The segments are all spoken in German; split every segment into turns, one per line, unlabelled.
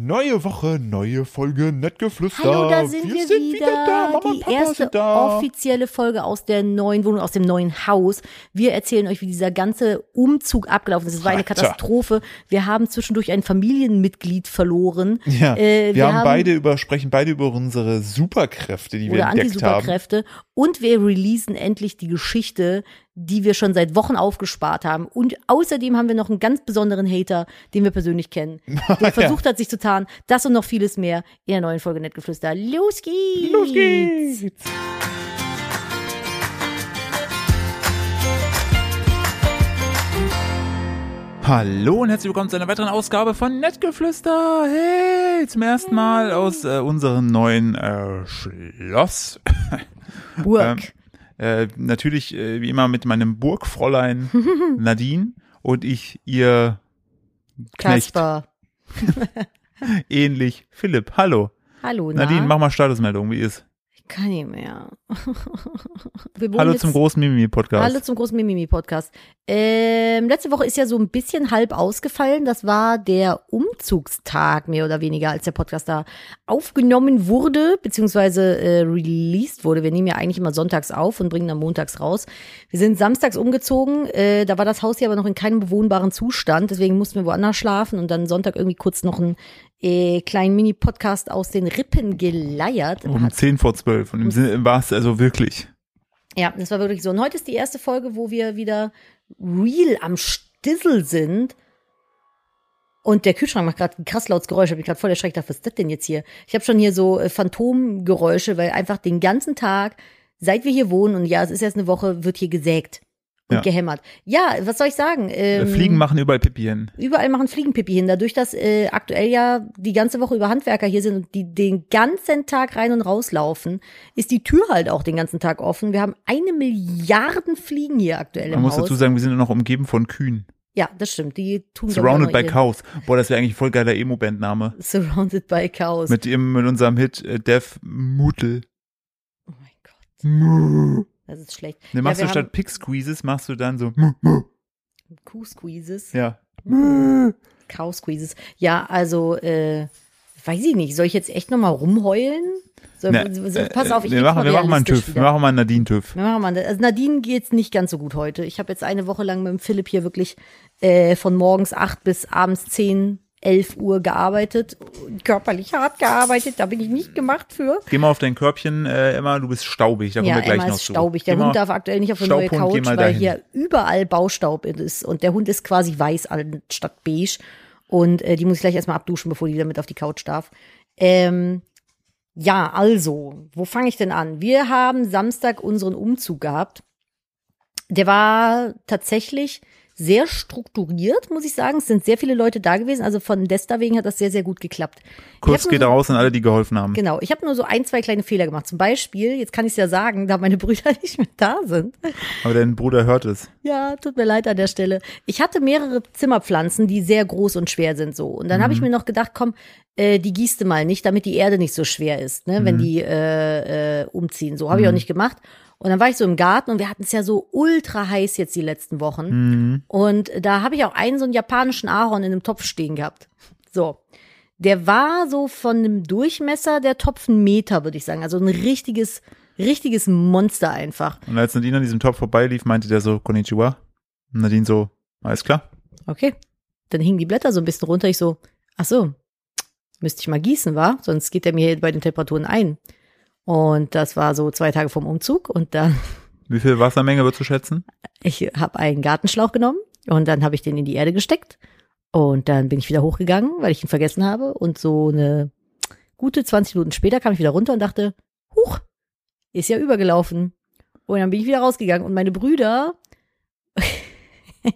Neue Woche, neue Folge, nett geflüstert.
Hallo, da sind wir,
sind
wieder.
da. Mama und
die
Papa
erste
sind da.
offizielle Folge aus der neuen Wohnung, aus dem neuen Haus. Wir erzählen euch, wie dieser ganze Umzug abgelaufen ist. Es war eine
Alter.
Katastrophe. Wir haben zwischendurch ein Familienmitglied verloren.
Ja,
Äh,
wir, haben, beide über, sprechen beide über unsere Superkräfte, die wir
oder
entdeckt haben.
Antisuperkräfte und wir releasen endlich die Geschichte, die wir schon seit Wochen aufgespart haben. Und außerdem haben wir noch einen ganz besonderen Hater, den wir persönlich kennen, der versucht hat, sich zu tarnen. Das und noch vieles mehr in der neuen Folge Nettgeflüster. Los geht's!
Los geht's.
Hallo und herzlich willkommen zu einer weiteren Ausgabe von Nettgeflüster. Hey, zum ersten Mal aus äh, unserem neuen äh, Schloss.
Burg.
Äh, natürlich äh, wie immer mit meinem Burgfräulein Nadine und ich ihr Knecht
Kaspar.
ähnlich Philipp. Hallo.
Hallo, na?
Nadine, mach mal Statusmeldung, wie ist?
Ich kann nicht mehr. Wir wohnen
Hallo
jetzt-
zum großen Mimimi Podcast.
Hallo zum großen Mimimi-Podcast. Ähm, letzte Woche ist ja so ein bisschen halb ausgefallen. Das war der Umzugstag, mehr oder weniger, als der Podcast da aufgenommen wurde, beziehungsweise äh, released wurde. Wir nehmen ja eigentlich immer sonntags auf und bringen dann montags raus. Wir sind samstags umgezogen. Äh, da war das Haus hier aber noch in keinem bewohnbaren Zustand. Deswegen mussten wir woanders schlafen und dann Sonntag irgendwie kurz noch einen äh, kleinen Mini-Podcast aus den Rippen geleiert.
um 10 vor 12 und im Sinne war es also wirklich.
Ja, das war wirklich so. Und heute ist die erste Folge, wo wir wieder real am Stissel sind. Und der Kühlschrank macht gerade ein krass lautes Geräusch. Hab ich gerade voll erschreckt gedacht, was ist das denn jetzt hier? Ich habe schon hier so äh, Phantomgeräusche, weil einfach den ganzen Tag, seit wir hier wohnen, und ja, es ist erst eine Woche, wird hier gesägt und
Ja.
gehämmert. Ja, was soll ich sagen? Ähm,
Äh, Fliegen machen überall Pipi hin.
Überall machen Fliegenpipi hin. Dadurch, dass äh, aktuell ja die ganze Woche über Handwerker hier sind und die den ganzen Tag rein und rauslaufen, ist die Tür halt auch den ganzen Tag offen. Wir haben eine Milliarden Fliegen hier aktuell
Man
im
muss
Haus.
dazu sagen, wir sind nur noch umgeben von Kühen.
ja, das stimmt. Die tun glaub ich, auch
Surrounded
noch
by
ihr-
Cows. Boah, das wäre eigentlich voll geiler Emo-Bandname.
Surrounded by Cows.
Mit, dem, mit unserem Hit äh, Death Mutel.
oh mein Gott,
Mu.
das ist schlecht.
Ne, machst
ja,
du
wir
statt Pick Squeezes, machst du dann so. Mu, mu.
haben Kuh-Squeezes,
Ja. Mu.
Cow-Squeezes. Ja, also, äh, weiß ich nicht. Soll ich jetzt echt nochmal rumheulen? Soll,
Ne,
so, Äh, pass auf, ich
wir
leg's
machen, wir machen mal einen
realistisch
TÜV.
wieder.
Wir machen mal einen Nadine-TÜV.
Wir machen mal. Also Nadine geht's nicht ganz so gut heute. Ich habe jetzt eine Woche lang mit dem Philipp hier wirklich äh, von morgens 8 bis abends 10, 11 Uhr gearbeitet. Körperlich hart gearbeitet, da bin ich nicht gemacht für.
Geh mal auf dein Körbchen, äh, Emma, du bist staubig. Da kommen
ja,
wir gleich
Emma
noch
ist
zu.
staubig. Der
Geh mal-
Hund darf aktuell nicht auf eine neue
Staubhund, geh
Couch,
mal
weil
dahin.
hier überall Baustaub ist. Und der Hund ist quasi weiß anstatt beige. Und äh, die muss ich gleich erstmal abduschen, bevor die damit auf die Couch darf. Ähm, ja, also, wo fange ich denn an? Wir haben Samstag unseren Umzug gehabt. Der war tatsächlich sehr strukturiert, muss ich sagen. Es sind sehr viele Leute da gewesen. Also von Desta wegen hat das sehr, sehr gut geklappt. Ich hab
Kurz
nur
geht
so-
raus an alle, die geholfen haben.
Genau, ich habe nur so ein, zwei kleine Fehler gemacht. Zum Beispiel, jetzt kann ich es ja sagen, da meine Brüder nicht mehr da sind.
Aber dein Bruder hört es.
Ja, tut mir leid an der Stelle. Ich hatte mehrere Zimmerpflanzen, die sehr groß und schwer sind so. Und dann habe ich mir noch gedacht, komm, äh, die gießte mal nicht, damit die Erde nicht so schwer ist, ne, wenn die äh, äh, umziehen. So habe ich auch nicht gemacht. Und dann war ich so im Garten und wir hatten es ja so ultra heiß jetzt die letzten Wochen.
Mhm.
Und da habe ich auch einen so einen japanischen Ahorn in einem Topf stehen gehabt. So. Der war so von dem Durchmesser der Topf einen Meter, würde ich sagen. Also ein richtiges, richtiges Monster einfach.
Und als Nadine an diesem Topf vorbeilief, meinte der so, Konnichiwa. Und Nadine so, alles klar.
Okay. Dann hingen die Blätter so ein bisschen runter. Ich so, ach so, müsste ich mal gießen, war? Sonst geht er mir hier bei den Temperaturen ein. Und das war so zwei Tage vom Umzug und dann,
Wie viel Wassermenge würdest du schätzen?
ich habe einen Gartenschlauch genommen und dann habe ich den in die Erde gesteckt und dann bin ich wieder hochgegangen, weil ich ihn vergessen habe und so eine gute 20 Minuten später kam ich wieder runter und dachte, huch, ist ja übergelaufen. Und dann bin ich wieder rausgegangen und meine Brüder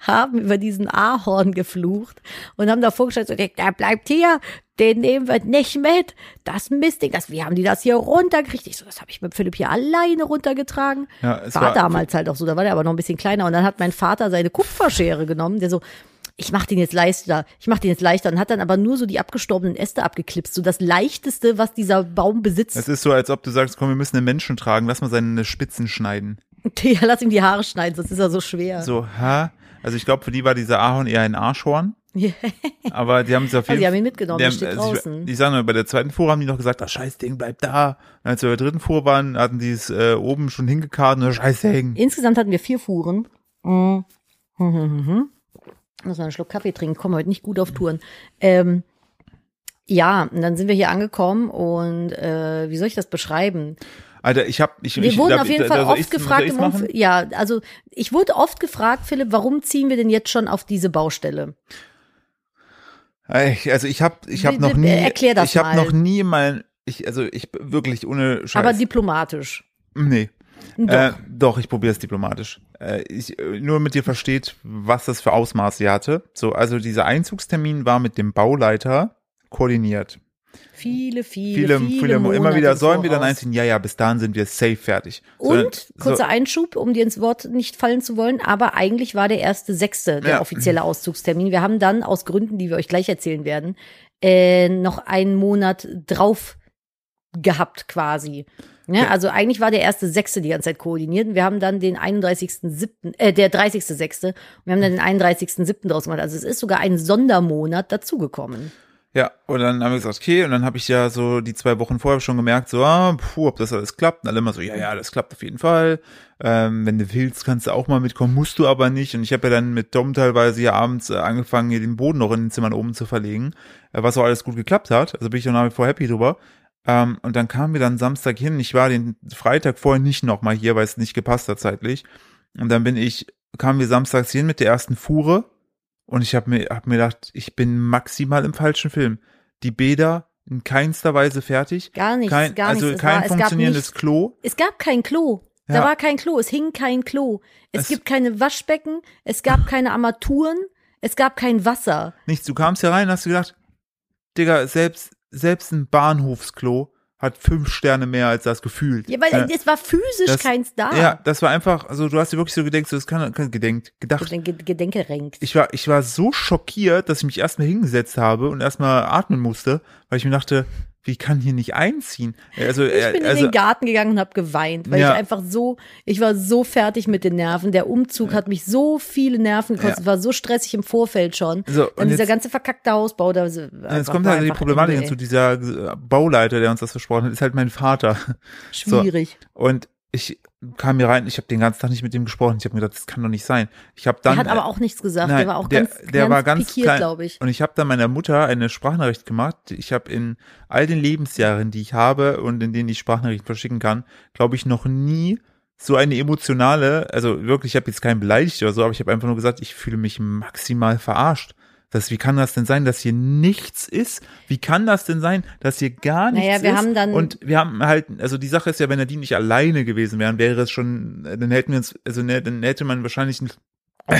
haben über diesen Ahorn geflucht und haben da vorgestellt, so, der bleibt hier, den nehmen wir nicht mit. Das Mistding, das, wie haben die das hier runtergekriegt? Ich so, das habe ich mit Philipp hier alleine runtergetragen.
Ja, es
war,
war-
damals halt auch so, da war der aber noch ein bisschen kleiner und dann hat mein Vater seine Kupferschere genommen, der so, ich mach den jetzt leichter, ich mach den jetzt leichter und hat dann aber nur so die abgestorbenen Äste abgeklipst, so das leichteste, was dieser Baum besitzt.
Es ist so, als ob du sagst, komm, wir müssen einen Menschen tragen, lass mal seine Spitzen schneiden.
Ja, lass ihm die Haare schneiden, sonst ist er so schwer.
So, ha, Also ich glaube, für die war dieser Ahorn eher ein Arschhorn. Aber die haben es auf jeden
Also die haben
Fall.
ihn mitgenommen, der, steht draußen.
ich, ich sage nur, bei der zweiten Fuhre haben die noch gesagt, das Scheißding bleibt da. Und als wir bei der dritten Fuhre waren, hatten die es äh, oben schon hingekarrt und das Scheißding.
Insgesamt hatten wir vier Fuhren. Mhm. Mhm, mhm, mhm. Muss man einen Schluck Kaffee trinken, kommen heute nicht gut auf Touren. Ähm, ja, und dann sind wir hier angekommen und äh, wie soll ich das beschreiben?
Alter, ich habe, ich,
Wir
ich,
wurden
darf-
auf jeden
da-
Fall
da soll
oft
ich's- soll
gefragt,
ich's
im
machen?
Umf- ja, also ich wurde oft gefragt, Philipp, warum ziehen wir denn jetzt schon auf diese Baustelle?
Ey, Also ich habe, ich habe
Wie-
noch
wie-
nie,
erklär das
ich habe
mal.
noch nie mal, ich, also ich wirklich ohne Scheiß.
Aber diplomatisch.
nee.
Doch.
Äh, doch, ich probiere es diplomatisch. Äh, ich, äh, nur damit ihr versteht, was das für Ausmaße hatte. So, also dieser Einzugstermin war mit dem Bauleiter koordiniert.
viele, viele,
Viele,
viele,
viele,
Monate
immer wieder
im
sollen wir dann
Voraus.
einziehen. Ja, ja, bis dahin sind wir safe fertig. So, dann-
Und, kurzer Einschub, um dir ins Wort nicht fallen zu wollen, aber eigentlich war der erste sechste der
Ja.
offizielle Auszugstermin. Wir haben dann aus Gründen, die wir euch gleich erzählen werden, äh, noch einen Monat drauf gehabt quasi. Ne?
Ja.
Also eigentlich war der erste sechste die ganze Zeit koordiniert. und Wir haben dann den 31.7., äh, der 30.6. und wir haben dann den 31.7. draus gemacht. Also es ist sogar ein Sondermonat dazugekommen.
Ja, und dann haben wir gesagt, okay, und dann habe ich ja so die zwei Wochen vorher schon gemerkt, so, ah, puh, ob das alles klappt. Und alle immer so, ja, ja, das klappt auf jeden Fall. Ähm, wenn du willst, kannst du auch mal mitkommen, musst du aber nicht. Und ich habe ja dann mit Dom teilweise hier abends äh, angefangen, hier den Boden noch in den Zimmern oben zu verlegen, äh, was auch alles gut geklappt hat. Also bin ich auch nach wie vor happy drüber. Ähm, und dann kamen wir dann Samstag hin. Ich war den Freitag vorher nicht nochmal hier, weil es nicht gepasst hat zeitlich. Und dann bin ich, kamen wir samstags hin mit der ersten Fuhre. Und ich habe mir, hab mir gedacht, ich bin maximal im falschen Film. Die Bäder in keinster Weise fertig.
Gar nichts,
kein,
gar
also
nichts. Es,
kein
war, es gab nichts.
funktionierendes Klo.
Es gab kein Klo. Da
Ja.
war kein Klo. Es hing kein Klo. Es,
Es-
gibt keine Waschbecken. Es gab keine Armaturen. Es gab kein Wasser.
Nichts. Du kamst hier rein und hast gedacht, Digga, selbst, selbst ein Bahnhofsklo hat fünf Sterne mehr als das gefühlt.
Ja, weil
Ja.
es war physisch
das-
keins da.
Ja, das war einfach, also du hast dir wirklich so gedenkt, so, das kann, kann gedenkt, gedacht.
Geden- Ge- Gedenke renkt.
Ich war, ich war so schockiert, dass ich mich erstmal hingesetzt habe und erstmal atmen musste, weil ich mir dachte, wie kann hier nicht einziehen? Also,
Ich bin in
also,
den Garten gegangen und habe geweint, weil
Ja.
ich einfach so, ich war so fertig mit den Nerven. Der Umzug hat mich so viele Nerven gekostet, war so stressig im Vorfeld schon.
So, und
Dann dieser
jetzt-
ganze verkackte Hausbau, da ah
Und jetzt kommt halt die Problematik hinzu, dieser äh, Bauleiter, der uns das versprochen hat, ist halt mein Vater.
Schwierig.
Und ich kam hier rein, ich habe den ganzen Tag nicht mit dem gesprochen. Ich habe mir gedacht, das kann doch nicht sein. Ich habe dann äh,
der hat aber auch nichts gesagt.
Nein,
der war auch
der,
ganz,
der
ganz,
war ganz
pikiert,
klein.
glaube ich.
Und ich habe dann meiner Mutter eine Sprachnachricht gemacht. Ich habe in all den Lebensjahren, die ich habe und in denen ich Sprachnachrichten verschicken kann, glaube ich, noch nie so eine emotionale, also wirklich, ich habe jetzt keinen beleidigt oder so, aber ich habe einfach nur gesagt, ich fühle mich maximal verarscht. Das, wie kann das denn sein, dass hier nichts ist? Wie kann das denn sein, dass hier gar nichts
Naja, wir
ist?
haben dann-
und wir haben halt, also die Sache ist ja, wenn Nadine nicht alleine gewesen wären, wäre es schon, dann hätten wir uns, also ne, dann hätte man wahrscheinlich einen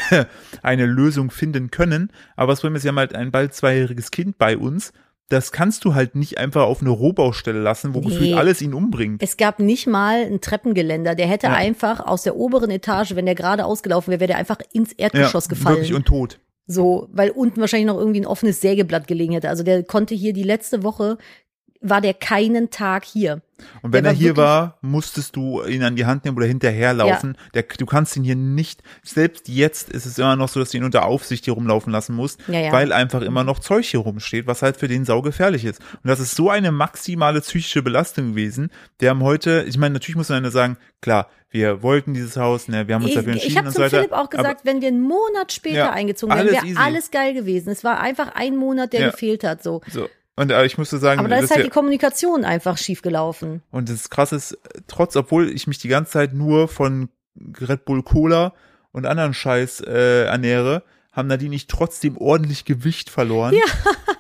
eine Lösung finden können. Aber das Problem ist, wir haben halt ein bald zweijähriges Kind bei uns. Das kannst du halt nicht einfach auf eine Rohbaustelle lassen, wo
Nee.
gefühlt alles ihn umbringt.
Es gab nicht mal ein Treppengeländer. Der hätte
Ja.
einfach aus der oberen Etage, wenn der gerade ausgelaufen wäre, wäre der einfach ins Erdgeschoss gefallen.
Wirklich und tot.
so, weil unten wahrscheinlich noch irgendwie ein offenes Sägeblatt gelegen hätte. Also der konnte hier die letzte Woche war der keinen Tag hier.
Und wenn
Der
er
war
hier
wirklich-
war, musstest du ihn an die Hand nehmen oder hinterherlaufen. Der, du kannst ihn hier nicht, selbst jetzt ist es immer noch so, dass du ihn unter Aufsicht hier rumlaufen lassen musst,
Ja, ja.
weil einfach immer noch Zeug hier rumsteht, was halt für den saugefährlich ist. Und das ist so eine maximale psychische Belastung gewesen. Wir haben heute, ich meine, natürlich muss man ja sagen, klar, wir wollten dieses Haus, ne, wir haben uns
Ich,
dafür entschieden
ich habe
und
zum
so weiter.
Philipp auch
aber-
gesagt, wenn wir einen Monat später
Ja,
eingezogen wären,
alles
wäre
easy.
alles geil gewesen. Es war einfach ein Monat, der
Ja.
gefehlt hat. So.
So. Und äh, ich musste sagen,
Aber da ist
dass
halt
wir-
die Kommunikation einfach schief gelaufen.
und das Krasse ist, trotz, obwohl ich mich die ganze Zeit nur von Red Bull Cola und anderen Scheiß äh, ernähre, haben Nadine nicht trotzdem ordentlich Gewicht verloren. Ja.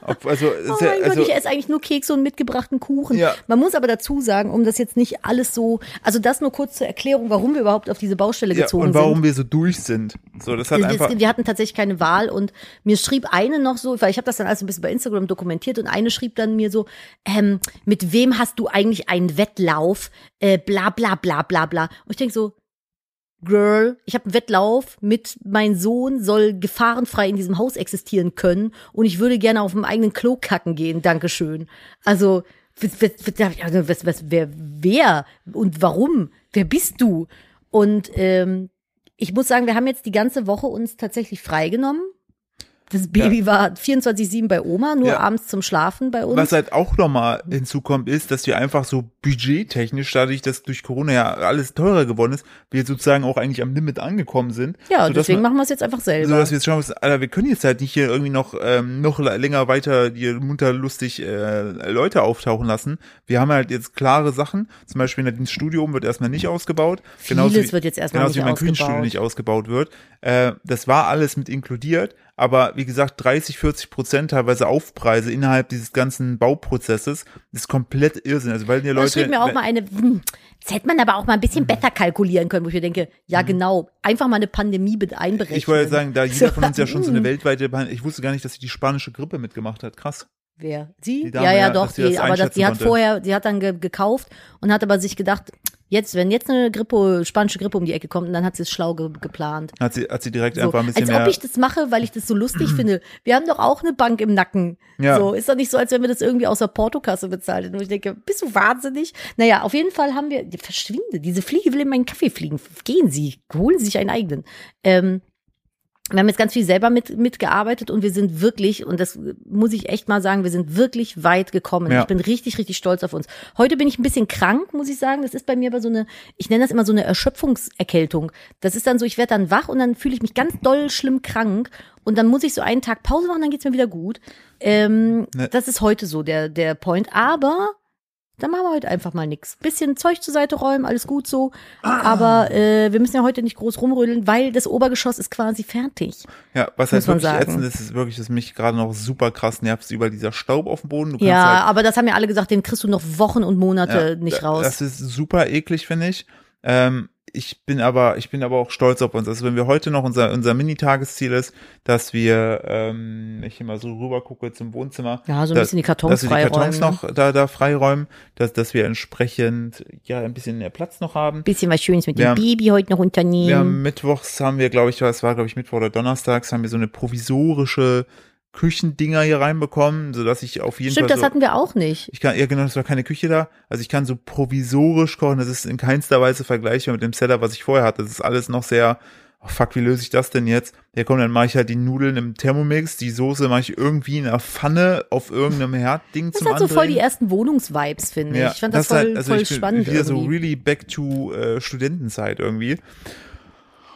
Ob, also,
Oh
sehr-
mein
also
Gott, ich esse eigentlich nur Kekse und mitgebrachten Kuchen.
Ja.
Man muss aber dazu sagen, um das jetzt nicht alles so, also das nur kurz zur Erklärung, warum wir überhaupt auf diese Baustelle
ja,
gezogen
und warum
sind.
wir so durch sind. So, das hat
Wir-
einfach.
wir hatten tatsächlich keine Wahl und mir schrieb eine noch so, weil ich habe das dann alles ein bisschen bei Instagram dokumentiert und eine schrieb dann mir so, ähm, mit wem hast du eigentlich einen Wettlauf? Äh, bla bla bla bla bla. Und ich denke so, Girl, ich habe einen Wettlauf mit mein Sohn soll gefahrenfrei in diesem Haus existieren können und ich würde gerne auf meinem eigenen Klo kacken gehen. Dankeschön. Also was, was, also, was, was, was, wer, wer und warum? Wer bist du? Und ähm, ich muss sagen, wir haben jetzt die ganze Woche uns tatsächlich freigenommen. Das Baby war 24-7 bei Oma, nur
Ja.
abends zum Schlafen bei uns.
Was halt auch nochmal hinzukommt, ist, dass wir einfach so budgettechnisch, dadurch, dass durch Corona ja alles teurer geworden ist, wir sozusagen auch eigentlich am Limit angekommen sind.
ja,
sodass
deswegen
man-
machen wir es jetzt einfach
so
selber.
dass wir jetzt schauen müssen, Alter, wir können jetzt halt nicht hier irgendwie noch ähm, noch la- länger weiter hier munter lustig äh, Leute auftauchen lassen. Wir haben halt jetzt klare Sachen. Zum Beispiel das Studium wird erstmal nicht ausgebaut.
Vieles wird jetzt erstmal
genauso
nicht
wie mein
ausgebaut.
Küchenstudio nicht ausgebaut wird. Äh, das war alles mit inkludiert. Aber wie gesagt, 30, 40 Prozent teilweise Aufpreise innerhalb dieses ganzen Bauprozesses ist komplett Irrsinn. Also weil die Leute Hm.
das schrieb mir auch mal eine, hm, das hätte man aber auch mal ein bisschen besser kalkulieren können, wo ich mir denke, ja genau, einfach mal eine Pandemie mit einberechnen.
ich wollte sagen, da jeder
So,
von uns ja schon so eine
hm.
weltweite Behandlung, ich wusste gar nicht, dass sie die spanische Grippe mitgemacht hat. Krass.
Wer? Sie?
Die Dame,
ja, ja,
ja,
doch,
dass sie
die,
das
aber das,
einschätzen
die hat
konnte.
vorher, die hat dann ge gekauft und hat aber sich gedacht, jetzt, wenn jetzt eine Grippe, spanische Grippe um die Ecke kommt, dann hat sie es schlau ge geplant.
Hat sie, hat sie direkt
So,
einfach ein
als
bisschen
ob
mehr.
ich das mache, weil ich das so lustig finde. Wir haben doch auch eine Bank im Nacken.
Ja.
So, ist doch nicht so, als wenn wir das irgendwie aus der Portokasse bezahlt hätten. Und ich denke, bist du wahnsinnig? Naja, auf jeden Fall haben wir, verschwinde, diese Fliege will in meinen Kaffee fliegen. Gehen Sie, holen Sie sich einen eigenen. Ähm, wir haben jetzt ganz viel selber mit, mitgearbeitet und wir sind wirklich, und das muss ich echt mal sagen, wir sind wirklich weit gekommen.
Ja.
Ich bin richtig, richtig stolz auf uns. Heute bin ich ein bisschen krank, muss ich sagen. Das ist bei mir aber so eine, ich nenne das immer so eine Erschöpfungserkältung. Das ist dann so, ich werde dann wach und dann fühle ich mich ganz doll schlimm krank und dann muss ich so einen Tag Pause machen, dann geht's mir wieder gut. Ähm,
Ne.
Das ist heute so der, der Point. Aber dann machen wir heute einfach mal nix. Bisschen Zeug zur Seite räumen, alles gut so. Aber äh, wir müssen ja heute nicht groß rumrödeln, weil das Obergeschoss ist quasi fertig.
ja, was
muss
halt
man
wirklich
sagen.
ätzend ist, ist wirklich, dass mich gerade noch super krass nervt, ist überall dieser Staub auf dem Boden. Du kannst
ja,
halt,
aber das haben ja alle gesagt, den kriegst du noch Wochen und Monate
ja,
nicht
da-
raus.
Das ist super eklig, finde ich. Ähm, ich bin aber, ich bin aber auch stolz auf uns. Also wenn wir heute noch unser, unser Mini-Tagesziel ist, dass wir, ähm, wenn ich hier mal so rüber gucke zum Wohnzimmer,
ja, so ein
da-
bisschen die Kartons
dass wir die Kartons
freiräumen. Noch
noch da, da freiräumen, dass, dass wir entsprechend, ja, ein bisschen mehr Platz noch haben.
bisschen was Schönes mit
Wir
dem
haben-
Baby heute noch unternehmen.
Wir haben mittwochs haben wir, glaube ich, es war, glaube ich, Mittwoch oder Donnerstags, haben wir so eine provisorische Küchendinger hier reinbekommen, sodass ich auf jeden
Stimmt,
Fall.
das
So,
hatten wir auch nicht.
ich kann, ja genau, es war keine Küche da. Also ich kann so provisorisch kochen. Das ist in keinster Weise vergleichbar mit dem Setup, was ich vorher hatte. Das ist alles noch sehr, oh fuck, wie löse ich das denn jetzt? Ja komm, dann mache ich halt die Nudeln im Thermomix, die Soße mache ich irgendwie in einer Pfanne auf irgendeinem Herdding
Das
zum
hat so voll die
Andrehen.
ersten Wohnungsvibes, finde ich. Ich fand das,
ist
voll,
halt- also
voll
ich bin
spannend.
Wieder so
irgendwie.
really back to äh, Studentenzeit irgendwie.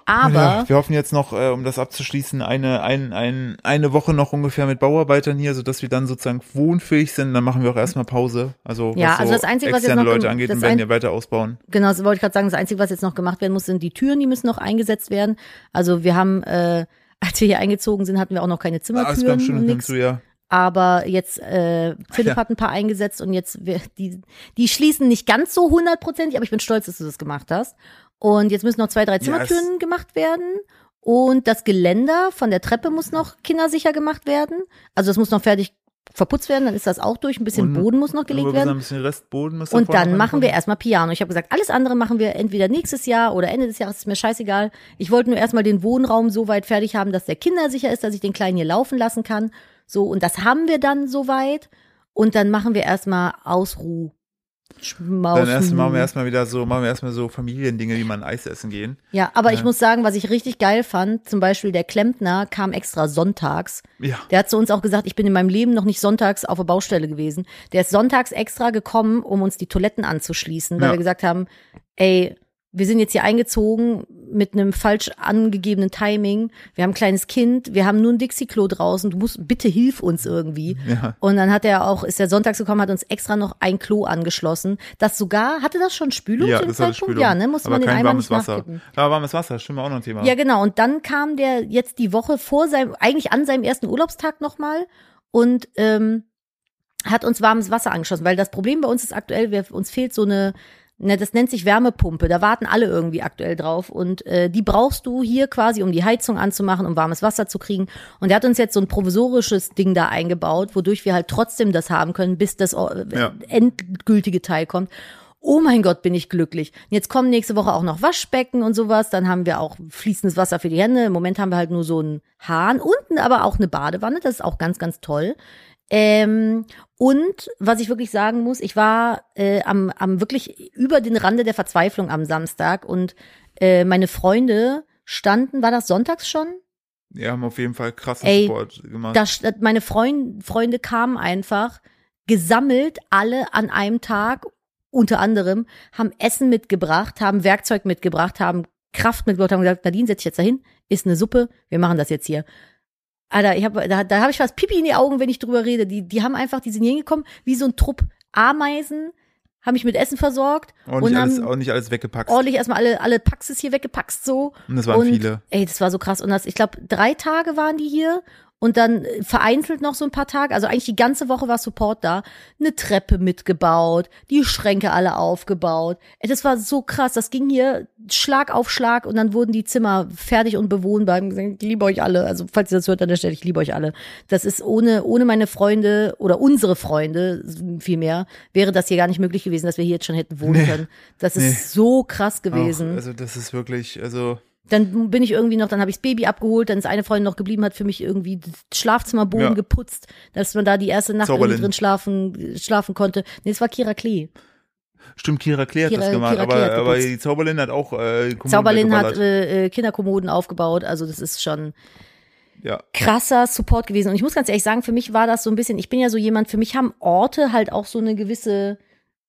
aber
Ja, wir hoffen jetzt noch, äh, um das abzuschließen, eine, ein, ein, eine Woche noch ungefähr mit Bauarbeitern hier, sodass wir dann sozusagen wohnfähig sind. Dann machen wir auch erstmal Pause. Also,
Ja,
was
also
so
das Einzige, was jetzt
externe
noch
Leute
im-
angeht,
das
und werden
ein-
ja weiter ausbauen.
Genau, das wollte ich gerade sagen. Das Einzige, was jetzt noch gemacht werden muss, sind die Türen, die müssen noch eingesetzt werden. Also wir haben, äh, als wir hier eingezogen sind, hatten wir auch noch keine
Ah, es kommt
Zimmertüren
schon
und
hin
nix.
zu, ja.
Aber jetzt, äh, Philipp
Ja.
hat ein paar eingesetzt und jetzt, wir, die, die schließen nicht ganz so hundertprozentig, aber ich bin stolz, dass du das gemacht hast. Und jetzt müssen noch zwei, drei Zimmertüren gemacht werden. Und das Geländer von der Treppe muss noch kindersicher gemacht werden. Also das muss noch fertig verputzt werden, dann ist das auch durch. Ein bisschen
Und-
Boden muss noch
Aber
gelegt
wir
werden.
sagen, Ein bisschen Restboden muss
Und
davor noch
dann machen
reinkommen.
wir erstmal Piano. Ich habe gesagt, alles andere machen wir entweder nächstes Jahr oder Ende des Jahres, ist mir scheißegal. Ich wollte nur erstmal den Wohnraum so weit fertig haben, dass der kindersicher ist, dass ich den Kleinen hier laufen lassen kann. So, und das haben wir dann soweit. Und dann machen wir erstmal Ausruh.
Dann
Schmausen.
erst, machen wir erstmal wieder so, machen wir erstmal so Familiendinge, wie man Eis essen gehen.
ja, aber ich
Ja.
muss sagen, was ich richtig geil fand, zum Beispiel der Klempner kam extra sonntags.
Ja.
Der hat zu uns auch gesagt, ich bin in meinem Leben noch nicht sonntags auf der Baustelle gewesen. Der ist sonntags extra gekommen, um uns die Toiletten anzuschließen, weil
Ja.
wir gesagt haben, ey, wir sind jetzt hier eingezogen mit einem falsch angegebenen Timing. Wir haben ein kleines Kind, wir haben nur ein Dixie-Klo draußen. Du musst, bitte hilf uns irgendwie.
Ja.
Und dann hat er auch, ist er sonntags gekommen, hat uns extra noch ein Klo angeschlossen. Das sogar, hatte das schon Spülung
Ja,
zu dem
das war
Zeitpunkt?
Spülung.
Ja, ne? Musste
Aber
man den
kein
Eimer
warmes
nicht
Wasser.
nachkippen.
Ja, warmes Wasser, stimmt auch noch ein Thema.
Ja, genau. Und dann kam der jetzt die Woche vor seinem, eigentlich an seinem ersten Urlaubstag nochmal und ähm, hat uns warmes Wasser angeschossen, weil das Problem bei uns ist aktuell, wir, uns fehlt so eine, ne, das nennt sich Wärmepumpe, da warten alle irgendwie aktuell drauf und äh, die brauchst du hier quasi, um die Heizung anzumachen, um warmes Wasser zu kriegen. Und er hat uns jetzt so ein provisorisches Ding da eingebaut, wodurch wir halt trotzdem das haben können, bis das äh,
Ja.
endgültige Teil kommt. Oh mein Gott, bin ich glücklich. Und Jetzt kommen nächste Woche auch noch Waschbecken und sowas. Dann haben wir auch fließendes Wasser für die Hände. Im Moment haben wir halt nur so einen Hahn, unten aber auch eine Badewanne. Das ist auch ganz, ganz toll. Ähm, und was ich wirklich sagen muss, ich war äh, am, am wirklich über den Rande der Verzweiflung am Samstag und äh, meine Freunde standen, war das sonntags schon?
Wir haben auf jeden Fall krassen
Ey,
Sport gemacht.
Da, st- meine Freund, Freunde kamen einfach gesammelt alle an einem Tag, unter anderem, haben Essen mitgebracht, haben Werkzeug mitgebracht, haben Kraft mitgebracht, haben gesagt, Nadine, setz dich jetzt dahin, ist eine Suppe, wir machen das jetzt hier. Alter, ich hab, da, da habe ich was Pipi in die Augen, wenn ich drüber rede. Die, die haben einfach, die sind hier hingekommen, wie so ein Trupp Ameisen, haben mich mit Essen versorgt
Auch nicht,
und
alles,
haben-
auch nicht alles weggepackt.
ordentlich erstmal alle, alle Paxes hier weggepackst so.
Und es waren
und,
viele.
Ey, das war so krass. Und das, ich glaube, drei Tage waren die hier und dann äh, vereinzelt noch so ein paar Tage. Also eigentlich die ganze Woche war Support da. Eine Treppe mitgebaut, die Schränke alle aufgebaut. Ey, das war so krass. Das ging hier Schlag auf Schlag und dann wurden die Zimmer fertig und bewohnbar. Ich hab gesagt, Ich liebe euch alle. Also falls ihr das hört an der Stelle, ich liebe euch alle. Das ist ohne, ohne meine Freunde oder unsere Freunde vielmehr, wäre das hier gar nicht möglich gewesen, dass wir hier jetzt schon hätten wohnen
Nee.
können. Das ist
Nee.
so krass gewesen.
Auch, also das ist wirklich, also
Dann bin ich irgendwie noch, dann habe ich das Baby abgeholt, dann ist eine Freundin noch geblieben, hat für mich irgendwie das Schlafzimmerboden
Ja.
geputzt, dass man da die erste Nacht
Zauberlin.
irgendwie drin schlafen, schlafen konnte. Nee, es war Kira Klee.
stimmt, Kira Klee hat
Kira-
das gemacht,
Kira Klee
aber,
hat
aber
geputzt.
die Zauberlin hat auch äh, die Kommune
Zauberlin hat
weggeballert.
äh, äh, Kinderkommoden aufgebaut, also das ist schon
ja.
krasser Support gewesen. Und ich muss ganz ehrlich sagen, für mich war das so ein bisschen, ich bin ja so jemand, für mich haben Orte halt auch so eine gewisse,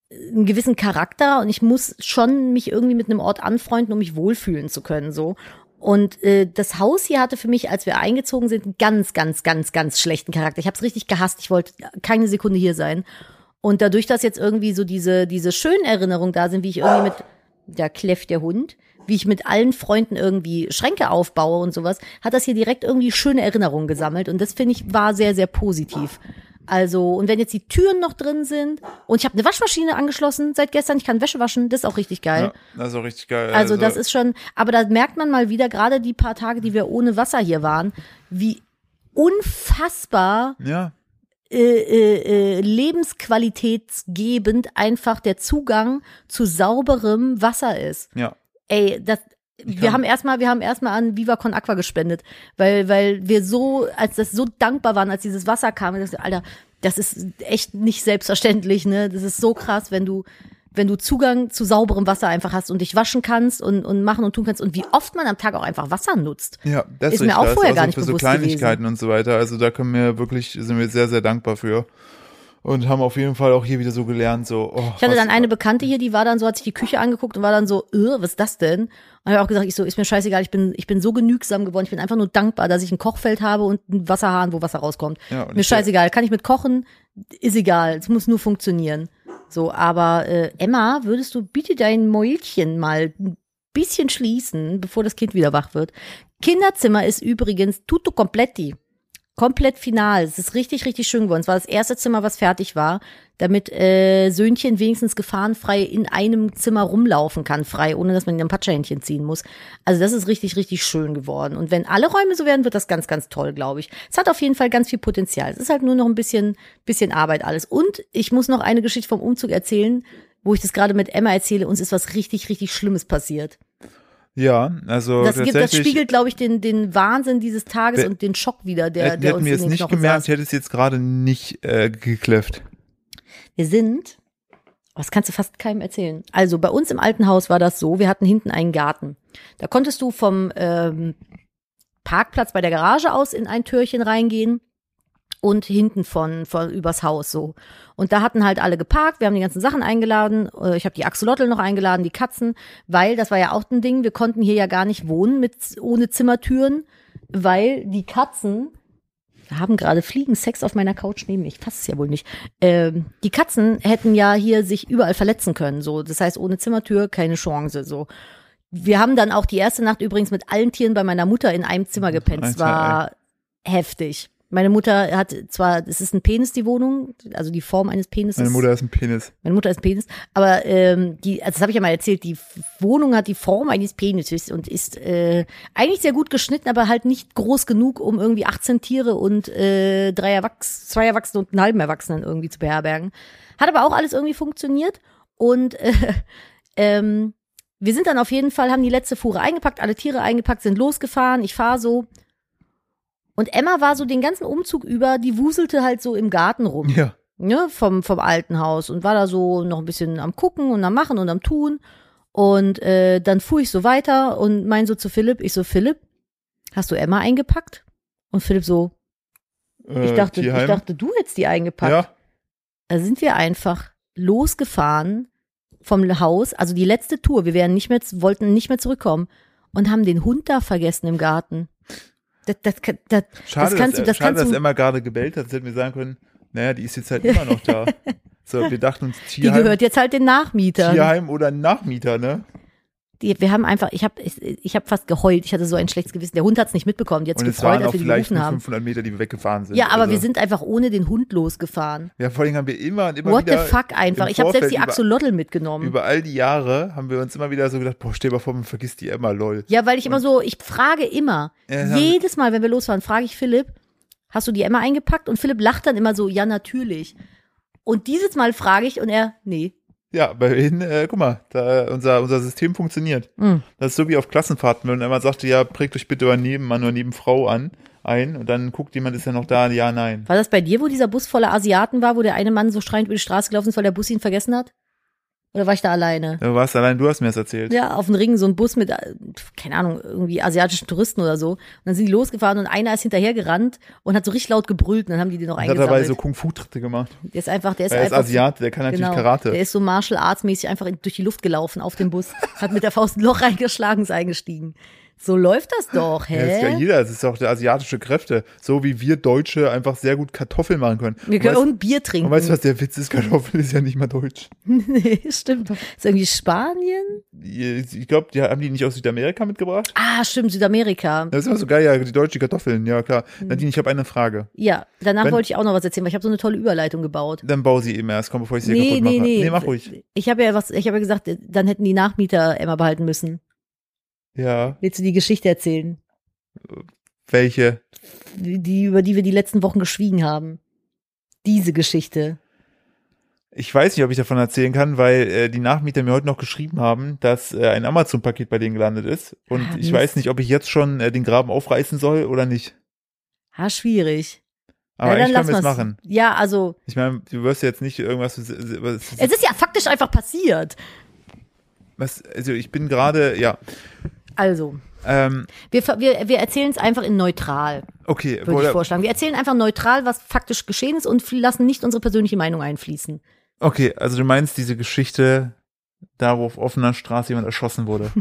äh, einen gewissen Charakter und ich muss schon mich irgendwie mit einem Ort anfreunden, um mich wohlfühlen zu können, so. Und äh, das Haus hier hatte für mich, als wir eingezogen sind, einen ganz, ganz, ganz, ganz schlechten Charakter. Ich habe es richtig gehasst. Ich wollte äh, keine Sekunde hier sein. Und dadurch, dass jetzt irgendwie so diese, diese schönen Erinnerungen da sind, wie ich irgendwie mit, da kläfft der Hund, wie ich mit allen Freunden irgendwie Schränke aufbaue und sowas, hat das hier direkt irgendwie schöne Erinnerungen gesammelt. Und das finde ich war sehr, sehr positiv. Also, und wenn jetzt die Türen noch drin sind und ich habe eine Waschmaschine angeschlossen seit gestern, ich kann Wäsche waschen, das ist auch richtig geil.
ja, ne? das ist auch richtig geil.
Also das ist schon, aber da merkt man mal wieder, gerade die paar Tage, die wir ohne Wasser hier waren, wie unfassbar
ja,
äh, äh, äh, lebensqualitätsgebend einfach der Zugang zu sauberem Wasser ist.
ja.
Ey, das, wir
kann-
haben erstmal, wir haben erstmal an Viva Con Aqua gespendet, weil, weil wir so, als das so dankbar waren, als dieses Wasser kam, wir dachten, Alter, das ist echt nicht selbstverständlich, ne? Das ist so krass, wenn du, wenn du Zugang zu sauberem Wasser einfach hast und dich waschen kannst und, und machen und tun kannst und wie oft man am Tag auch einfach Wasser nutzt.
Ja, das
Ist mir auch
richtig,
vorher
also
gar nicht
für so
bewusst
Kleinigkeiten und so weiter. Also da können wir wirklich, sind wir sehr, sehr dankbar für. Und haben auf jeden Fall auch hier wieder so gelernt, so, oh,
Ich hatte
was-
dann eine Bekannte hier, die war dann so, hat sich die Küche angeguckt und war dann so, äh, was ist das denn? Und habe auch gesagt, ich so, ist mir scheißegal, ich bin, ich bin so genügsam geworden, ich bin einfach nur dankbar, dass ich ein Kochfeld habe und einen Wasserhahn, wo Wasser rauskommt.
Ja, und
mir
ich-
scheißegal, kann ich mit kochen, ist egal, es muss nur funktionieren. So, aber äh, Emma, würdest du bitte dein Mäulchen mal ein bisschen schließen, bevor das Kind wieder wach wird? Kinderzimmer ist übrigens tutto completi komplett final. Es ist richtig, richtig schön geworden. Es war das erste Zimmer, was fertig war, damit äh, Söhnchen wenigstens gefahrenfrei in einem Zimmer rumlaufen kann, frei, ohne dass man ihm ein Patschhähnchen ziehen muss. Also das ist richtig, richtig schön geworden. Und wenn alle Räume so werden, wird das ganz, ganz toll, glaube ich. Es hat auf jeden Fall ganz viel Potenzial. Es ist halt nur noch ein bisschen, bisschen Arbeit alles. Und ich muss noch eine Geschichte vom Umzug erzählen, wo ich das gerade mit Emma erzähle. Uns ist was richtig, richtig Schlimmes passiert.
Ja, also
Das, gibt,
tatsächlich.
das spiegelt, glaube ich, den, den Wahnsinn dieses Tages
Wer-
und den Schock wieder, der,
hätten
der
hätten
uns
wir
in
es
den
nicht
Knochen
gemerkt,
saß.
hätte es jetzt gerade nicht äh, gekläfft.
Wir sind, oh, das kannst du fast keinem erzählen. Also bei uns im alten Haus war das so, wir hatten hinten einen Garten. Da konntest du vom ähm, Parkplatz bei der Garage aus in ein Türchen reingehen und hinten von, von übers Haus so. Und da hatten halt alle geparkt, wir haben die ganzen Sachen eingeladen, äh, ich habe die Axolotl noch eingeladen, die Katzen, weil das war ja auch ein Ding, wir konnten hier ja gar nicht wohnen mit ohne Zimmertüren, weil die Katzen wir haben gerade Fliegen Sex auf meiner Couch neben mir. Ich fasse es ja wohl nicht. Ähm, die Katzen hätten ja hier sich überall verletzen können. So, das heißt ohne Zimmertür keine Chance. So, wir haben dann auch die erste Nacht übrigens mit allen Tieren bei meiner Mutter in einem Zimmer gepennt.
Alter,
Es war heftig. Meine Mutter hat zwar, es ist ein Penis die Wohnung, also die Form eines Penises.
Meine Mutter ist ein Penis.
Meine Mutter ist ein Penis, aber ähm, die, also das habe ich ja mal erzählt, die F- Wohnung hat die Form eines Penises und ist äh, eigentlich sehr gut geschnitten, aber halt nicht groß genug, um irgendwie 18 Tiere und äh, drei Erwachs zwei Erwachsene und einen halben Erwachsenen irgendwie zu beherbergen. Hat aber auch alles irgendwie funktioniert und äh, ähm, wir sind dann auf jeden Fall, haben die letzte Fuhre eingepackt, alle Tiere eingepackt, sind losgefahren, ich fahre so. Und Emma war so den ganzen Umzug über, die wuselte halt so im Garten rum
Ja.
ne, vom, vom alten Haus und war da so noch ein bisschen am Gucken und am Machen und am Tun. Und äh, dann fuhr ich so weiter und mein so zu Philipp, ich so, Philipp, hast du Emma eingepackt? Und Philipp so, ich dachte, ich dachte, du hättest die eingepackt.
Äh, ja,
Da sind wir einfach losgefahren vom Haus, also die letzte Tour. Wir wären nicht mehr, wollten nicht mehr zurückkommen und haben den Hund da vergessen im Garten. Das, das, kann- das,
schade,
das kannst
dass,
du, das
schade,
kannst
dass
du.
Emma gerade gebellt hat. Sie hätte mir sagen können, naja, die ist jetzt halt immer noch da. So, wir dachten uns,
Die
Tierheim,
gehört jetzt halt den Nachmietern.
Tierheim oder Nachmieter, ne?
Die, wir haben einfach, ich habe, ich, ich habe fast geheult. Ich hatte so ein schlechtes Gewissen. Der Hund hat es nicht mitbekommen. Die hat's
Und es
gefreut,
waren auch
als wir die
vielleicht
gerufen
nur
haben.
500 Meter, die wir weggefahren sind.
Ja, aber
Also,
wir sind einfach ohne den Hund losgefahren.
Ja, vor allem haben wir immer und immer
What the
wieder
fuck einfach.
im
Ich habe selbst
Vorfeld
die
über-
Axolotl mitgenommen.
über all die Jahre haben wir uns immer wieder so gedacht, boah, stell mal vor, man vergisst die Emma, lol.
Ja, weil ich immer so, ich frage immer,
Ja, ja.
jedes Mal, wenn wir losfahren, frage ich Philipp, hast du die Emma eingepackt? Und Philipp lacht dann immer so, ja, natürlich. Und dieses Mal frage ich und er, nee.
Ja, bei denen, äh, guck mal, da, unser, unser System funktioniert.
Mm.
Das ist so wie auf Klassenfahrten, wenn einmal sagte, ja, prägt euch bitte euren Nebenmann oder Nebenfrau an, ein, und dann guckt jemand, ist er noch da, ja, nein.
War das bei dir, wo dieser Bus voller Asiaten war, wo der eine Mann so schreiend über die Straße gelaufen ist, weil der Bus ihn vergessen hat? Oder war ich da alleine?
Du warst allein, du hast mir das erzählt.
Ja, auf dem Ring so ein Bus mit, äh, keine Ahnung, irgendwie asiatischen Touristen oder so. Und dann sind die losgefahren und einer ist hinterhergerannt und hat so richtig laut gebrüllt und dann haben die den noch
Und hat dabei
eingesammelt.
so Kung-Fu-Tritte gemacht.
der ist einfach, der ist
Er ist
einfach genau.
Asiate, der kann natürlich
Der
Karate.
ist so Martial Arts mäßig einfach in- durch die Luft gelaufen auf dem Bus, hat mit der Faust ein Loch reingeschlagen, ist eingestiegen. So läuft das doch,
Ja, ist ja
hä?
jeder, es ist auch der asiatische Kräfte. So wie wir Deutsche einfach sehr gut Kartoffeln machen können. Und
Wir können auch
weißt,
ein Bier trinken.
und weißt du, was der Witz ist? Kartoffel ist ja nicht mal deutsch.
nee, stimmt. Ist irgendwie Spanien?
Ich glaube, die haben die nicht aus Südamerika mitgebracht.
Ah, stimmt, Südamerika.
Das ist immer so geil, ja, die deutsche Kartoffeln, ja klar.
Hm.
Nadine, ich habe eine Frage.
Ja, danach
Wenn-
wollte ich auch noch was erzählen, weil ich habe so eine tolle Überleitung gebaut.
Dann bau sie eben erst, komm, bevor ich sie hier
Nee,
kaputt
nee,
mache.
nee.
Nee, mach ruhig.
Ich habe ja was, ich habe ja gesagt, dann hätten die Nachmieter Emma behalten müssen.
Ja,
Willst du die Geschichte erzählen?
welche?
Die, über die wir die letzten Wochen geschwiegen haben. Diese Geschichte.
Ich weiß nicht, ob ich davon erzählen kann, weil äh, die Nachmieter mir heute noch geschrieben haben, dass äh, ein Amazon-Paket bei denen gelandet ist. Und
Ah,
ich
Mist.
weiß nicht, ob ich jetzt schon äh, den Graben aufreißen soll oder nicht.
Ha, schwierig.
Aber
ja,
eigentlich
dann
können
lass
wir es
mal's.
machen.
Ja, also
Ich meine, du wirst jetzt nicht irgendwas. Was,
Es ist ja faktisch einfach passiert.
was, also ich bin gerade, ja.
Also,
Ähm,
wir, ver- wir, wir erzählen es einfach in neutral,
okay,
würde ich
oder,
vorschlagen. Wir erzählen einfach neutral, was faktisch geschehen ist und fl- lassen nicht unsere persönliche Meinung einfließen.
okay, also du meinst diese Geschichte, da wo auf offener Straße jemand erschossen wurde.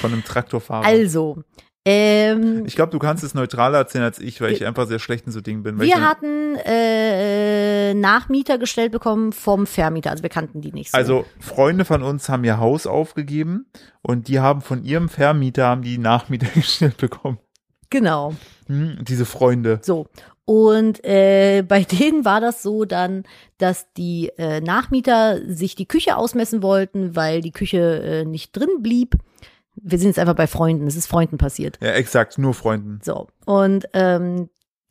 Von einem Traktorfahrer.
Also, ähm,
Ich glaube, du kannst es neutraler erzählen als ich, weil
Wir-
ich einfach sehr schlecht in so Dingen bin. Weil ich
wir
dann-
hatten äh, Nachmieter gestellt bekommen vom Vermieter, also wir kannten die nicht so.
also Freunde von uns haben ihr Haus aufgegeben und die haben von ihrem Vermieter haben die Nachmieter gestellt bekommen.
genau.
Hm, diese Freunde.
So. Und äh, bei denen war das so dann, dass die äh, Nachmieter sich die Küche ausmessen wollten, weil die Küche äh, nicht drin blieb. Wir sind jetzt einfach bei Freunden, es ist Freunden passiert.
Ja, exakt, nur Freunden.
So. Und ähm,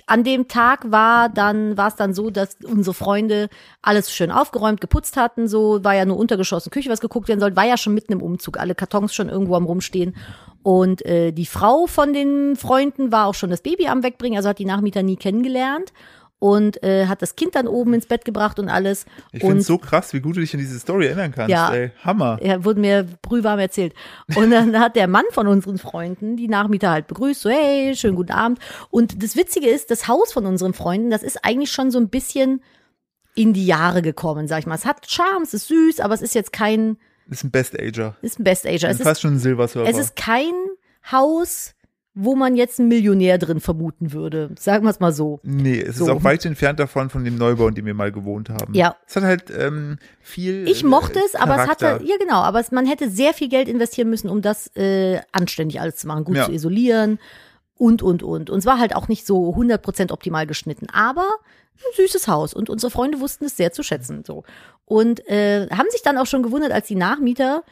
an dem Tag war dann war es dann so, dass unsere Freunde alles schön aufgeräumt, geputzt hatten, so war ja nur untergeschossen Küche, was geguckt werden sollte, war ja schon mitten im Umzug, alle Kartons schon irgendwo am rumstehen und äh, die Frau von den Freunden war auch schon das Baby am wegbringen, also hat die Nachmieter nie kennengelernt und äh, hat das Kind dann oben ins Bett gebracht und alles
Ich finde
und
es so krass, wie gut du dich an diese Story erinnern kannst.
Ja.
Ey, Hammer.
ja, wurde mir brühwarm erzählt. Und dann hat der Mann von unseren Freunden die Nachmieter halt begrüßt, so hey, schönen guten Abend. Und das Witzige ist, das Haus von unseren Freunden, das ist eigentlich schon so ein bisschen in die Jahre gekommen, sag ich mal. Es hat Charme, es ist süß, aber es ist jetzt kein,
Ist ein Best-Ager.
ist ein Best Ager. Es
Ist
ist,
fast schon ein Silver-Server.
es ist kein Haus, wo man jetzt einen Millionär drin vermuten würde. Sagen wir es mal so.
Nee, es ist
So.
auch weit entfernt davon von dem Neubau, in dem wir mal gewohnt haben.
Ja.
Es hat halt ähm, viel.
Ich
äh,
mochte es, aber
Charakter.
es hatte, ja genau, aber es, man hätte sehr viel Geld investieren müssen, um das äh, anständig alles zu machen, gut
Ja.
zu isolieren und, und, und. Und es war halt auch nicht so 100% optimal geschnitten, aber ein süßes Haus und unsere Freunde wussten es sehr zu schätzen. So. Und äh, haben sich dann auch schon gewundert, als die Nachmieter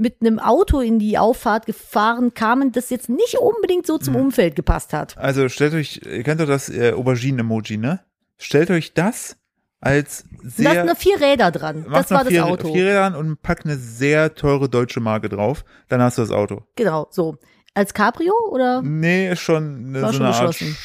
mit einem Auto in die Auffahrt gefahren kamen, das jetzt nicht unbedingt so
Hm.
zum Umfeld gepasst hat.
Also stellt euch, ihr kennt doch das äh, Aubergine-Emoji, ne? Stellt euch das als
Da
sehr.
sind nur vier Räder dran.
macht
das war
noch vier,
das Auto.
Vier Räder an und packt eine sehr teure deutsche Marke drauf, dann hast du das Auto.
Genau, so. Als Cabrio oder?
Nee, ist schon eine,
War
so
schon
eine Art
geschlossen.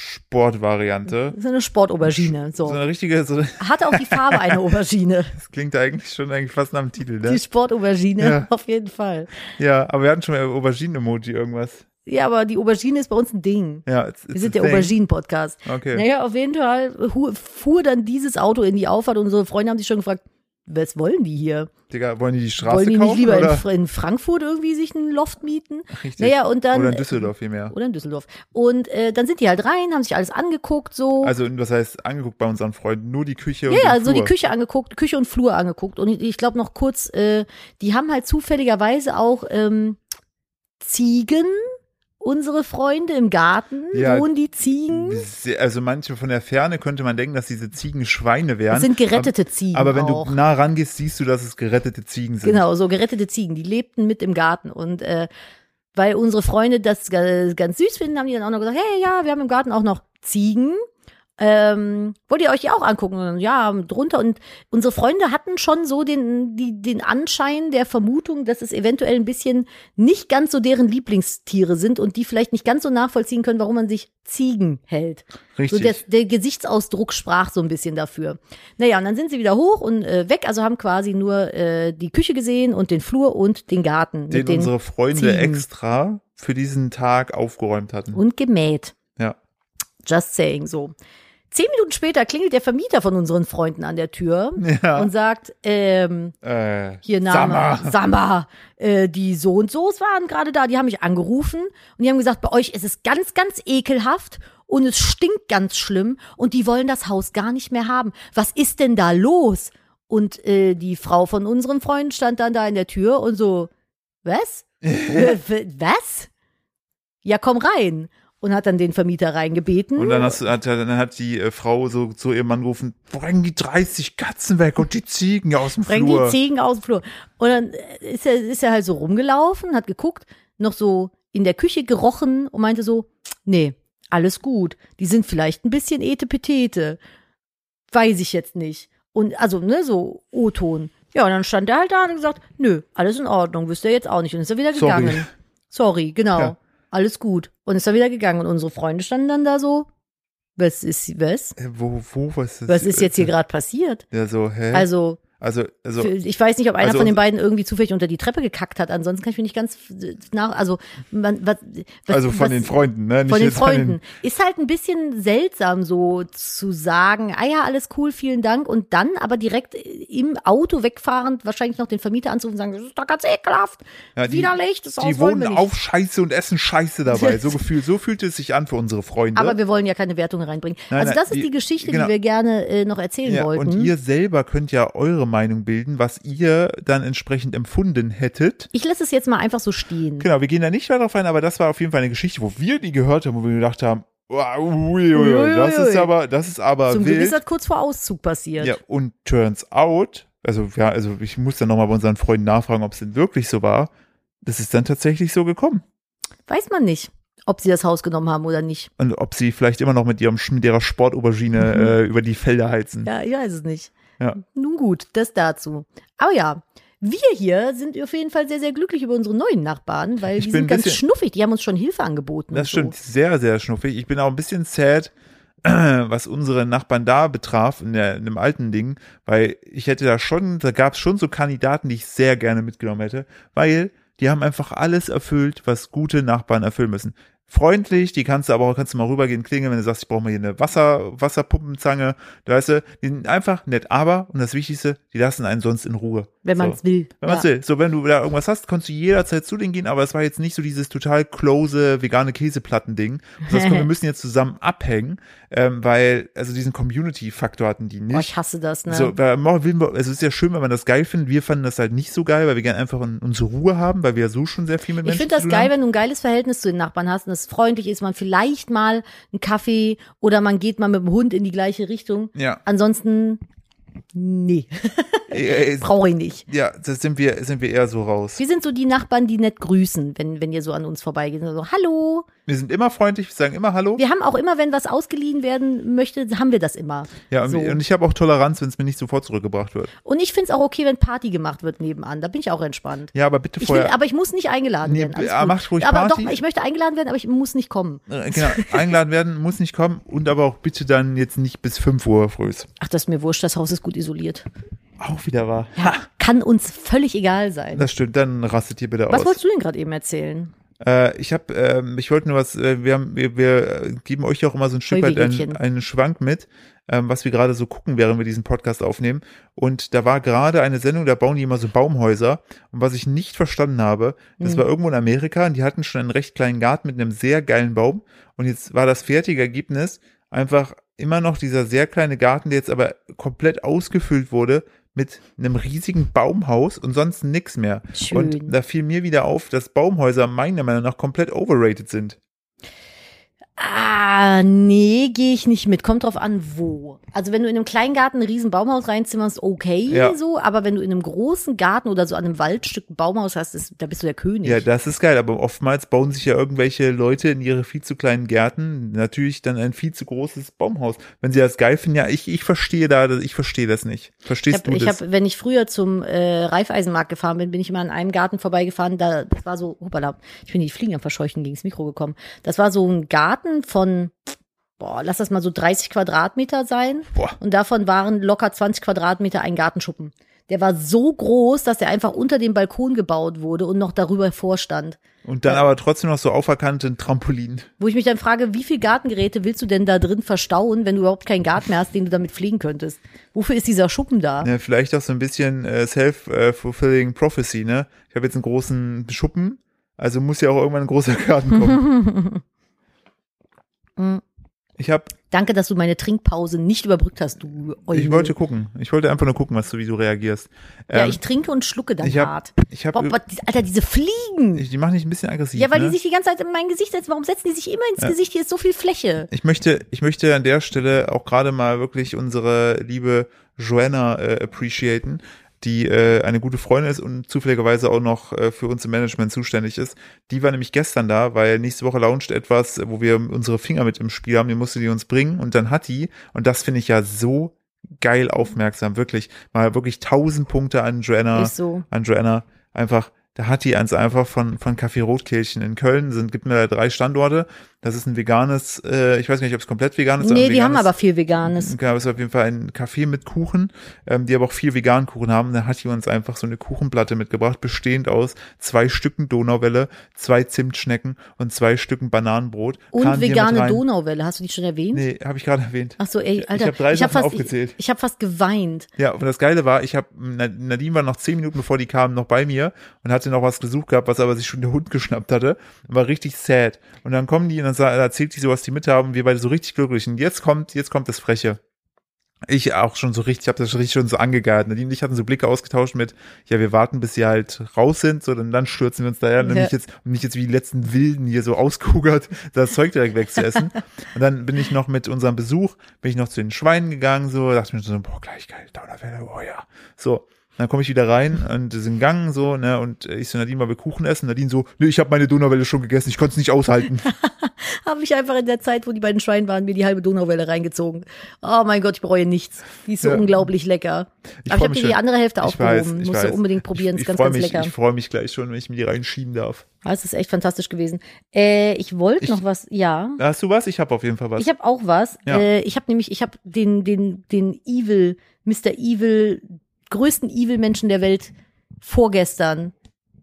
Sportvariante.
So eine Sportaubergine.
So
So.
eine richtige, so,
Hatte auch die Farbe eine Aubergine.
das klingt eigentlich schon eigentlich fast nach dem Titel,
Die
ne?
Sportaubergine,
Ja.
auf jeden Fall.
Ja, aber wir hatten schon mal Aubergine-Emoji irgendwas.
Ja, aber die Aubergine ist bei uns ein Ding.
Ja, it's, it's
Wir sind
a
der
thing.
Auberginen-Podcast.
Okay.
Naja, auf jeden Fall hu- fuhr dann dieses Auto in die Auffahrt. Unsere Freunde haben sich schon gefragt, was wollen die hier?
Digga, wollen die die Straße
wollen die
kaufen
nicht lieber in,
oder?
Fr- in Frankfurt irgendwie sich einen Loft mieten?
Richtig.
Naja, und dann.
oder in Düsseldorf vielmehr.
Oder in Düsseldorf. Und äh, dann sind die halt rein, haben sich alles angeguckt, so.
Also, was heißt angeguckt bei unseren Freunden? Nur die Küche und
Oh. ja, ja,
den
so die
Flur.
Küche angeguckt, Küche und Flur angeguckt. Und ich, ich glaube noch kurz, äh, die haben halt zufälligerweise auch ähm, Ziegen, unsere Freunde im Garten,
Ja.
wohnen die Ziegen.
Sehr- Also manche von der Ferne könnte man denken, dass diese Ziegen Schweine wären.
Das sind gerettete Ziegen.
Aber wenn
auch.
du nah rangehst, siehst du, dass es gerettete Ziegen sind.
Genau, so gerettete Ziegen, die lebten mit im Garten. Und äh, weil unsere Freunde das ga- ganz süß finden, haben die dann auch noch gesagt, hey, ja, wir haben im Garten auch noch Ziegen. Ähm, wollt ihr euch die auch angucken? Und Ja, drunter. Und unsere Freunde hatten schon so den, die, den Anschein der Vermutung, dass es eventuell ein bisschen nicht ganz so deren Lieblingstiere sind und die vielleicht nicht ganz so nachvollziehen können, warum man sich Ziegen hält. So
Richtig.
der, der Gesichtsausdruck sprach so ein bisschen dafür. Naja, und dann sind sie wieder hoch und äh, weg, also haben quasi nur äh, die Küche gesehen und den Flur und den Garten
den,
mit den
unsere Freunde
Ziegen.
extra für diesen Tag aufgeräumt hatten.
und gemäht.
ja.
Just saying so. Zehn Minuten später klingelt der Vermieter von unseren Freunden an der Tür
Ja.
und sagt, ähm,
äh,
hier Name,
Sammer.
Samba, äh, die so und so's waren gerade da, die haben mich angerufen und die haben gesagt, bei euch ist es ganz, ganz ekelhaft und es stinkt ganz schlimm und die wollen das Haus gar nicht mehr haben. Was ist denn da los? Und äh, die Frau von unseren Freunden stand dann da in der Tür und so, was? Äh, w- was? Ja, komm rein. Und hat dann den Vermieter reingebeten.
Und dann, hast, du- hat, dann hat die äh, Frau so zu ihrem Mann gerufen, bring die 30 Katzen weg und die Ziegen aus dem
Bring
Flur.
die Ziegen aus dem Flur. Und dann ist er, ist er halt so rumgelaufen, hat geguckt, noch so in der Küche gerochen und meinte so, nee, alles gut. Die sind vielleicht ein bisschen etepetete. Weiß ich jetzt nicht. Und also, ne, so O-Ton. Ja, und dann stand er halt da und hat gesagt, nö, alles in Ordnung, wüsste er jetzt auch nicht. Und ist er wieder
Sorry.
gegangen. Sorry, genau.
Ja.
Alles gut. Und ist er wieder gegangen. Und unsere Freunde standen dann da so, was ist, was?
Äh, Wo, wo, was ist,
Was ist jetzt hier gerade passiert?
Ja, so, äh, hä? Also,
Also,
also,
für- Ich weiß nicht, ob einer
Also
von
uns-
den beiden irgendwie zufällig unter die Treppe gekackt hat. Ansonsten kann ich mir nicht ganz äh, nach. Also, man, was, was,
also von
was,
den Freunden, ne? Nicht
Von den
jetzt
Freunden. Ist halt ein bisschen seltsam, so zu sagen, ah ja, alles cool, vielen Dank. Und dann aber direkt im Auto wegfahrend wahrscheinlich noch den Vermieter anzurufen und sagen, das ist doch ganz ekelhaft.
Ja, die-
Widerlich, das Haus
Die
wollen wir
wohnen
nicht.
auf Scheiße und essen Scheiße dabei. So gefühlt, so fühlte es sich an für unsere Freunde.
aber wir wollen ja keine Wertung reinbringen.
ne? Nein,
also
nein,
das ist die,
die-
Geschichte,
genau.
die wir gerne äh, noch erzählen
ja,
wollten.
und ihr selber könnt ja eure Meinung bilden, was ihr dann entsprechend empfunden hättet.
ich lasse es jetzt mal einfach so stehen.
Genau, wir gehen da nicht weiter drauf ein, aber das war auf jeden Fall eine Geschichte, wo wir die gehört haben, wo wir gedacht haben, wow, ui, ui, ui, das
Uiuiui.
ist aber, das ist aber
Zum Glück
wild.
ist das kurz vor Auszug passiert.
ja, und turns out, also ja, also ich muss dann nochmal bei unseren Freunden nachfragen, ob es denn wirklich so war. Das ist dann tatsächlich so gekommen.
Weiß man nicht, ob sie das Haus genommen haben oder nicht.
Und ob sie vielleicht immer noch mit, ihrem, Sch- mit ihrer Sportaubergine
Mhm.
äh, über die Felder heizen.
Ja, ich weiß es nicht.
Hm. Ja.
Nun gut, das dazu. Aber ja, wir hier sind auf jeden Fall sehr, sehr glücklich über unsere neuen Nachbarn, weil
Ich
die
bin
sind
ein
ganz
bisschen-
schnuffig. Die haben uns schon Hilfe angeboten.
Das
und
stimmt, sehr, sehr schnuffig. Ich bin auch ein bisschen sad, was unsere Nachbarn da betraf, in, der, in dem alten Ding, weil ich hätte da schon, da gab es schon so Kandidaten, die ich sehr gerne mitgenommen hätte, weil die haben einfach alles erfüllt, was gute Nachbarn erfüllen müssen. Freundlich, die kannst du aber auch, kannst du mal rübergehen, klingeln, wenn du sagst, ich brauche mal hier eine Wasser, Wasserpumpenzange, du weißt du, die sind einfach nett, aber, und das Wichtigste, die lassen einen sonst in Ruhe.
So, wenn man
so.
es will.
Wenn man
ja.
will. So, wenn du da irgendwas hast, kannst du jederzeit zu denen gehen, aber es war jetzt nicht so dieses total close vegane Käseplatten-Ding. Sonst komm, wir müssen jetzt zusammen abhängen, ähm, weil, also diesen Community-Faktor hatten die
Oh,
nicht.
ich hasse das, ne?
So, bei Mauer will, also es ist ja schön, wenn man das geil findet. Wir fanden das halt nicht so geil, weil wir gerne einfach un- unsere Ruhe haben, weil wir ja so schon sehr viel mit
ich
Menschen
finde das
zu tun
geil,
haben.
wenn du ein geiles Verhältnis zu den Nachbarn hast und es freundlich ist, man vielleicht mal einen Kaffee oder man geht mal mit dem Hund in die gleiche Richtung.
Ja.
Ansonsten, nee.
Äh,
Brauche ich nicht.
Ja, das sind wir, sind wir eher so raus.
Wir sind so die Nachbarn, die nett grüßen, wenn, wenn ihr so an uns vorbeigeht. So, hallo.
Wir sind immer freundlich, wir sagen immer Hallo.
Wir haben auch immer, wenn was ausgeliehen werden möchte, haben wir das immer.
Ja, und,
so.
und ich habe auch Toleranz, wenn es mir nicht sofort zurückgebracht wird.
Und ich finde es auch okay, wenn Party gemacht wird nebenan. Da bin ich auch entspannt.
Ja, aber bitte
Ich will,
vorher.
aber ich muss nicht eingeladen
Nee,
werden. Alles
ah,
gut.
macht ruhig
aber
Party.
doch, ich möchte eingeladen werden, aber ich muss nicht kommen.
Äh, genau, eingeladen werden, muss nicht kommen und aber auch bitte dann jetzt nicht bis 5 Uhr frühs.
Ach, das ist mir wurscht, das Haus ist gut isoliert.
Auch wieder wahr.
Kann uns völlig egal sein.
Das stimmt, dann rastet ihr bitte
Was
aus.
wolltest du denn gerade eben erzählen?
Äh, ich habe, ähm, ich wollte nur was, äh, wir, haben, wir, wir äh, geben euch ja auch immer so ein Stück weit einen,
Privilegien.
einen Schwank mit, ähm, was wir gerade so gucken, während wir diesen Podcast aufnehmen. Und da war gerade eine Sendung, da bauen die immer so Baumhäuser. Und was ich nicht verstanden habe, das war irgendwo in Amerika und die hatten schon einen recht kleinen Garten mit einem sehr geilen Baum. Und jetzt war das fertige Ergebnis einfach immer noch dieser sehr kleine Garten, der jetzt aber komplett ausgefüllt wurde mit einem riesigen Baumhaus und sonst nichts mehr.
Schön.
Und da fiel mir wieder auf, dass Baumhäuser meiner Meinung nach komplett overrated sind.
Ah, nee, gehe ich nicht mit. Kommt drauf an, wo. Also wenn du in einem kleinen Garten einen riesen Baumhaus reinzimmerst, okay,
Ja.
so. Aber wenn du in einem großen Garten oder so an einem Waldstück ein Baumhaus hast, ist, da bist du der König.
Ja, das ist geil, aber oftmals bauen sich ja irgendwelche Leute in ihre viel zu kleinen Gärten natürlich dann ein viel zu großes Baumhaus. Wenn sie das geil finden, ja, ich, ich verstehe da, ich verstehe das nicht.
Ich
Verstehst
hab,
du
ich
das?
hab, wenn ich früher zum äh, Reifeisenmarkt gefahren bin, bin ich immer an einem Garten vorbeigefahren. Da das war so, hoppala, ich bin die Fliegen am Verscheuchen gegens Mikro gekommen. Das war so ein Garten von, boah, lass das mal so 30 Quadratmeter sein.
Boah.
Und davon waren locker 20 Quadratmeter ein Gartenschuppen. Der war so groß, dass der einfach unter dem Balkon gebaut wurde und noch darüber vorstand.
Und dann aber trotzdem noch so auferkannte Trampolin.
Wo ich mich dann frage, wie viel Gartengeräte willst du denn da drin verstauen, wenn du überhaupt keinen Garten mehr hast, den du damit pflegen könntest? Wofür ist dieser Schuppen da?
Ja, vielleicht auch so ein bisschen äh, self-fulfilling prophecy, ne? Ich habe jetzt einen großen Schuppen, also muss ja auch irgendwann ein großer Garten kommen. ich habe,
Danke, dass du meine Trinkpause nicht überbrückt hast, du Eule.
ich wollte gucken. Ich wollte einfach nur gucken, was du, wie du reagierst.
ja,
Ähm,
ich trinke und schlucke dann
ich hab-
hart.
ich hab-
Boah, boah, die- Alter, diese Fliegen.
ich, die machen dich ein bisschen aggressiv.
ja, weil
ne?
die sich die ganze Zeit in mein Gesicht setzen. Warum setzen die sich immer ins Gesicht? Hier ist so viel Fläche.
Ich möchte, ich möchte an der Stelle auch gerade mal wirklich unsere liebe Joanna äh, appreciaten, die äh, eine gute Freundin ist und zufälligerweise auch noch äh, für uns im Management zuständig ist. Die war nämlich gestern da, weil nächste Woche launcht etwas, wo wir unsere Finger mit im Spiel haben. Die musste die uns bringen und dann hat die, und das finde ich ja so geil aufmerksam, wirklich, mal wirklich tausend Punkte an Joanna
Ist so.
an Joanna. Einfach, da hat die eins einfach von, von Café Rotkirchen in Köln. Sind, gibt mir da drei Standorte. Das ist ein veganes, äh, ich weiß nicht, ob es komplett vegan ist.
Nee,
ein
die haben
veganes-
aber viel Veganes.
Genau, es ist auf jeden Fall ein Café mit Kuchen, ähm, die aber auch viel veganen Kuchen haben. Da hat die uns einfach so eine Kuchenplatte mitgebracht, bestehend aus zwei Stücken Donauwelle, zwei Zimtschnecken und zwei Stücken Bananenbrot.
Und
Kamen hier mit
vegane
rein.
Donauwelle. Hast du die schon erwähnt?
Nee, habe ich gerade erwähnt.
Ach so, ey,
Ich
Alter.
hab drei
ich hab
Sachen
fast,
aufgezählt.
Ich, ich habe fast geweint.
Ja, und das Geile war, ich habe Nadine war noch zehn Minuten bevor die kamen noch bei mir und hatte noch was gesucht gehabt, was aber sich schon der Hund geschnappt hatte und war richtig sad. Und dann kommen die und dann sa- erzählt die so, was die mit haben und wir beide so richtig glücklich. Und jetzt kommt, jetzt kommt das Freche. Ich auch schon so richtig, habe das schon richtig schon so angegeilt. Nadine und ich hatten so Blicke ausgetauscht mit, ja, wir warten, bis sie halt raus sind, so, dann, dann stürzen wir uns daher und
Ja.
nicht jetzt, und nicht jetzt wie die letzten Wilden hier so auskugert, das Zeug direkt wegzuessen. und dann bin ich noch mit unserem Besuch, bin ich noch zu den Schweinen gegangen, so, dachte mir so, boah, gleich geil, Dauerwelle, oh ja. So. Dann komme ich wieder rein und sind Gang so, ne, und ich so, Nadine, mal wir Kuchen essen. Nadine so, nö, ich habe meine Donauwelle schon gegessen, ich konnte es nicht aushalten.
Habe ich einfach in der Zeit, wo die beiden Schweine waren, mir die halbe Donauwelle reingezogen. Oh mein Gott, ich bereue nichts. Die ist so
Ja.
unglaublich lecker.
Ich
Aber ich
freu
habe
mich
dir die
schon.
andere Hälfte
Ich weiß,
aufgehoben.
ich
Musst
weiß.
du unbedingt probieren,
Ich,
ist
ich
ganz,
freue
ganz
mich,
lecker.
ich freue mich gleich schon, wenn ich mir die reinschieben darf.
Ah, Das ist echt fantastisch gewesen. Äh, ich wollte
Ich-
noch was, ja.
Hast du was? Ich habe auf jeden Fall was.
Ich habe auch was.
Ja.
Äh, ich habe nämlich, ich habe den, den, den Evil, Mr. Evil, größten Evil-Menschen der Welt vorgestern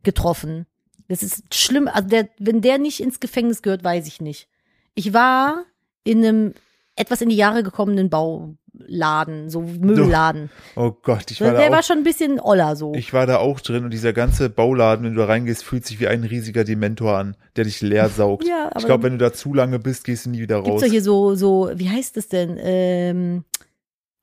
getroffen. Das ist schlimm. Also der, wenn der nicht ins Gefängnis gehört, weiß ich nicht. Ich war in einem etwas in die Jahre gekommenen Bauladen, so Möbelladen.
oh Gott, ich war da
der
auch
war schon ein bisschen oller so.
Ich war da auch drin und dieser ganze Bauladen, wenn du da reingehst, fühlt sich wie ein riesiger Dementor an, der dich leer saugt.
Ja, aber
ich glaube, wenn du da zu lange bist, gehst du nie wieder
Gibt's
raus.
doch hier so, so, wie heißt das denn? Ähm,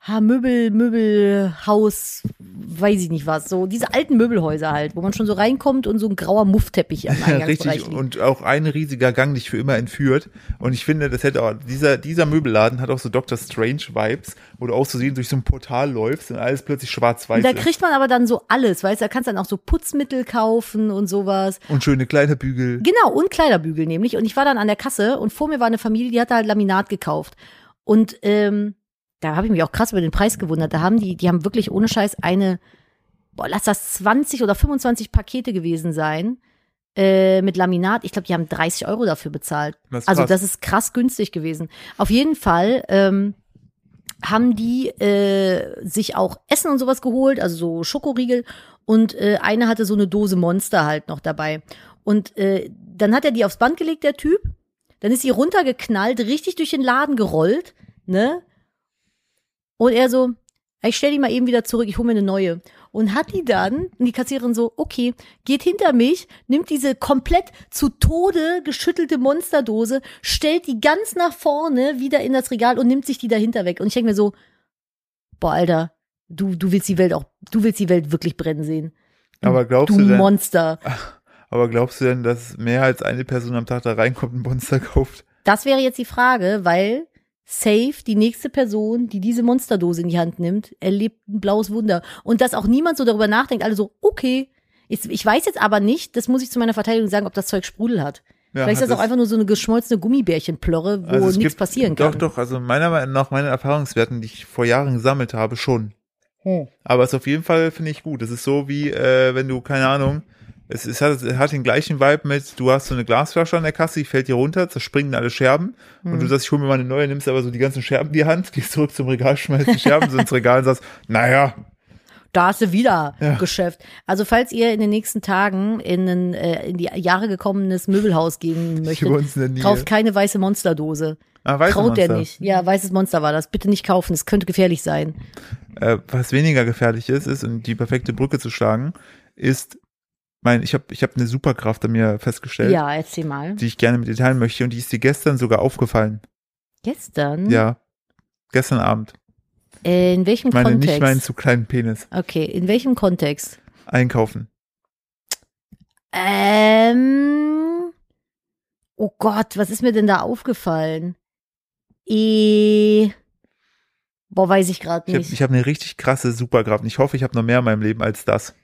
ha, Möbel, Möbelhaus, weiß ich nicht was, so diese alten Möbelhäuser halt, wo man schon so reinkommt und so ein grauer Muffteppich am Eingangsbereich
Richtig,
liegt.
und auch ein riesiger Gang dich für immer entführt. Und ich finde, das hätte auch, dieser, dieser Möbelladen hat auch so Dr. Strange-Vibes, wo du auch so sehen, durch so ein Portal läufst und alles plötzlich schwarz-weiß
Und da
ist.
kriegt man aber dann so alles, weißt du, da kannst du dann auch so Putzmittel kaufen und sowas.
Und schöne Kleiderbügel.
Genau, und Kleiderbügel nämlich. Und ich war dann an der Kasse und vor mir war eine Familie, die hatte halt Laminat gekauft. Und ähm, da habe ich mich auch krass über den Preis gewundert. Da haben die, die haben wirklich ohne Scheiß eine, boah, lass das 20 oder 25 Pakete gewesen sein äh, mit Laminat. Ich glaube, die haben 30 Euro dafür bezahlt.
Das ist
also
krass.
das ist krass günstig gewesen. Auf jeden Fall ähm, haben die äh, sich auch Essen und sowas geholt, also so Schokoriegel. Und äh, eine hatte so eine Dose Monster halt noch dabei. Und äh, dann hat er die aufs Band gelegt, der Typ. Dann ist sie runtergeknallt, richtig durch den Laden gerollt, ne? Und er so, ich stell die mal eben wieder zurück, ich hole mir eine neue. Und hat die dann, und die Kassiererin so, okay, geht hinter mich, nimmt diese komplett zu Tode geschüttelte Monsterdose, stellt die ganz nach vorne wieder in das Regal und nimmt sich die dahinter weg. Und ich denke mir so, boah, Alter, du, du willst die Welt auch, du willst die Welt wirklich brennen sehen.
Aber glaubst
Du
du denn,
Monster.
aber glaubst du denn, dass mehr als eine Person am Tag da reinkommt und Monster kauft?
Das wäre jetzt die Frage, weil safe die nächste Person, die diese Monsterdose in die Hand nimmt, erlebt ein blaues Wunder. Und dass auch niemand so darüber nachdenkt, alle so, okay. Ich, ich weiß jetzt aber nicht, das muss ich zu meiner Verteidigung sagen, ob das Zeug Sprudel hat.
Ja,
Vielleicht ist
hat
das auch
es.
einfach nur so eine geschmolzene Gummibärchenplörre, wo
Also es
nichts
gibt-
passieren
doch,
kann.
Doch, doch, also meiner Meinung nach, meine Erfahrungswerten, die ich vor Jahren gesammelt habe, schon.
Hm.
Aber es ist auf jeden Fall, finde ich, gut. Es ist so wie, äh, wenn du, keine Ahnung, es, es, hat, es hat den gleichen Vibe mit, du hast so eine Glasflasche an der Kasse, die fällt dir runter, zerspringen alle Scherben und du
Hm.
sagst, ich hole mir mal eine neue, nimmst aber so die ganzen Scherben in die Hand, gehst zurück zum Regal, schmeißt die Scherben so ins Regal und sagst, naja,
Da hast du wieder
Ja.
Geschäft. Also falls ihr in den nächsten Tagen in, ein, äh, in die Jahre gekommenes Möbelhaus gehen möchtet,
wohne in der Nähe.
kauft keine weiße Monsterdose.
äh, ah, weiß
Traut der nicht. Ja, weißes Monster war das. Bitte nicht kaufen, es könnte gefährlich sein.
äh, was weniger gefährlich ist, ist, um die perfekte Brücke zu schlagen, ist, mein, ich habe ich hab eine Superkraft an mir festgestellt,
Ja, erzähl mal.
die ich gerne mit dir teilen möchte und die ist dir gestern sogar aufgefallen.
Gestern?
Ja, gestern Abend.
Äh, In welchem
Ich meine, nicht
Kontext?
meinen zu kleinen Penis.
okay, in welchem Kontext?
Einkaufen.
Ähm. Oh Gott, was ist mir denn da aufgefallen? Eh. Boah, weiß ich gerade
Ich habe
nicht.
ich hab eine richtig krasse Superkraft. und Ich hoffe, ich habe noch mehr in meinem Leben als das.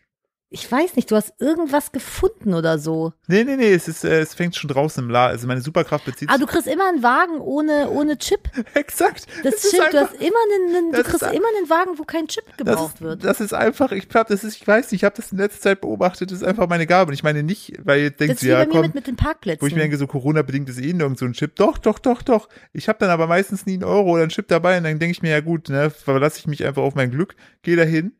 ich weiß nicht, du hast irgendwas gefunden oder so.
Nee, nee, nee, es, ist, äh, es fängt schon draußen im Laden. Also meine Superkraft bezieht
Ah, du kriegst immer einen Wagen ohne, ohne Chip.
exakt.
Das,
ist
Chip, du
einfach-
hast immer einen, einen, du
das ist
kriegst
ein-
immer einen Wagen, wo kein Chip
das,
gebraucht wird.
das ist einfach, ich hab, das ist, ich weiß nicht, ich habe das in letzter Zeit beobachtet, das ist einfach meine Gabe. Und ich meine nicht, weil jetzt
Das
denkst
ist
du,
wie
ja,
bei mir
komm,
mit, mit den
wo
Parkplätzen.
ich mir denke, so Corona-bedingt ist eh irgend so ein Chip. Doch, doch, doch, doch. Ich habe dann aber meistens nie einen Euro oder einen Chip dabei und dann denke ich mir, ja gut, ne, verlasse ich mich einfach auf mein Glück, gehe da hin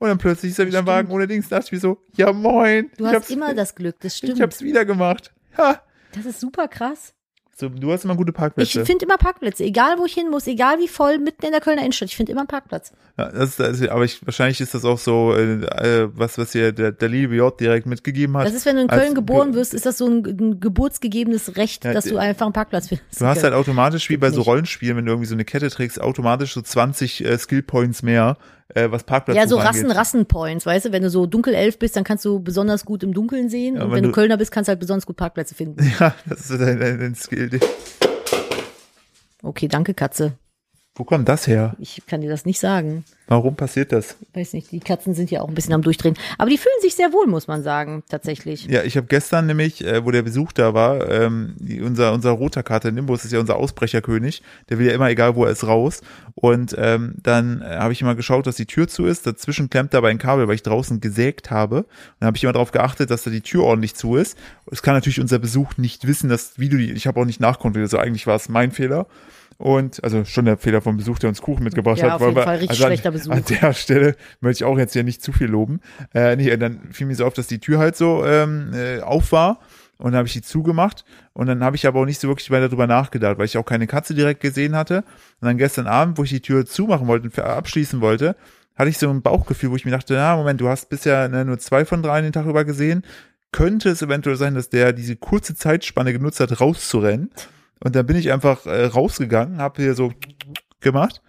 und dann plötzlich ist da wieder ein
Stimmt.
Wagen ohne Dings. Da dachte ich mir so, ja moin.
du
ich
hast
hab's-
immer das Glück, das
Ich hab's
stimmt.
wieder gemacht. Ha!
Das ist super krass.
So, du hast immer gute
Ich
Parkplätze.
finde immer Parkplätze, egal wo ich hin muss, egal wie voll, mitten in der Kölner Innenstadt. Ich finde immer einen Parkplatz.
Ja, das ist, also, aber ich, wahrscheinlich ist das auch so, äh, äh, was, was hier der, der liebe J direkt mitgegeben hat.
Das ist, wenn du in
als
Köln geboren
Ge-
wirst, ist das so ein, ein geburtsgegebenes Recht,
Ja,
dass du
d-
einfach einen Parkplatz findest.
Du hast halt automatisch, wie bei so
nicht.
Rollenspielen, wenn du irgendwie so eine Kette trägst, automatisch so 20 äh, Skillpoints mehr, äh, was Parkplatz
ja, so
angeht.
Rassen, Rassenpoints, weißt du? Wenn du so dunkelelf bist, dann kannst du besonders gut im Dunkeln sehen.
Ja,
und
wenn
wenn du
du-
Kölner bist, kannst du halt besonders gut Parkplätze finden.
Ja, das ist ein, ein, ein Skill.
Okay, danke, Katze.
Wo kommt das her?
Ich kann dir das nicht sagen.
Warum passiert das?
Weiß nicht, die Katzen sind ja auch ein bisschen am Durchdrehen. Aber die fühlen sich sehr wohl, muss man sagen, tatsächlich.
Ja, ich habe gestern nämlich, äh, wo der Besuch da war, ähm, die- unser, unser roter Kater Nimbus ist ja unser Ausbrecherkönig, der will ja immer, egal wo er ist, raus. Und ähm, dann äh, habe ich immer geschaut, dass die Tür zu ist, dazwischen klemmt aber ein Kabel, weil ich draußen gesägt habe. Und dann habe ich immer darauf geachtet, dass da die Tür ordentlich zu ist. Es kann natürlich unser Besuch nicht wissen, dass, wie du die, ich habe auch nicht nachkontrolliert, also eigentlich war es mein Fehler. Und, also schon der Fehler vom Besuch, der uns Kuchen mitgebracht hat.
Ja, auf
weil
jeden
wir-
Fall richtig
also an,
schlechter Besuch.
An der Stelle möchte ich auch jetzt hier nicht zu viel loben. Äh, nee, dann fiel mir so auf, dass die Tür halt so ähm, äh, auf war. Und dann habe ich die zugemacht und dann habe ich aber auch nicht so wirklich weiter drüber nachgedacht, weil ich auch keine Katze direkt gesehen hatte. Und dann gestern Abend, wo ich die Tür zumachen wollte und ver- abschließen wollte, hatte ich so ein Bauchgefühl, wo ich mir dachte, na Moment, du hast bisher ne, nur zwei von dreien den Tag über gesehen. Könnte es eventuell sein, dass der diese kurze Zeitspanne genutzt hat, rauszurennen? Und dann bin ich einfach äh, rausgegangen, habe hier so gemacht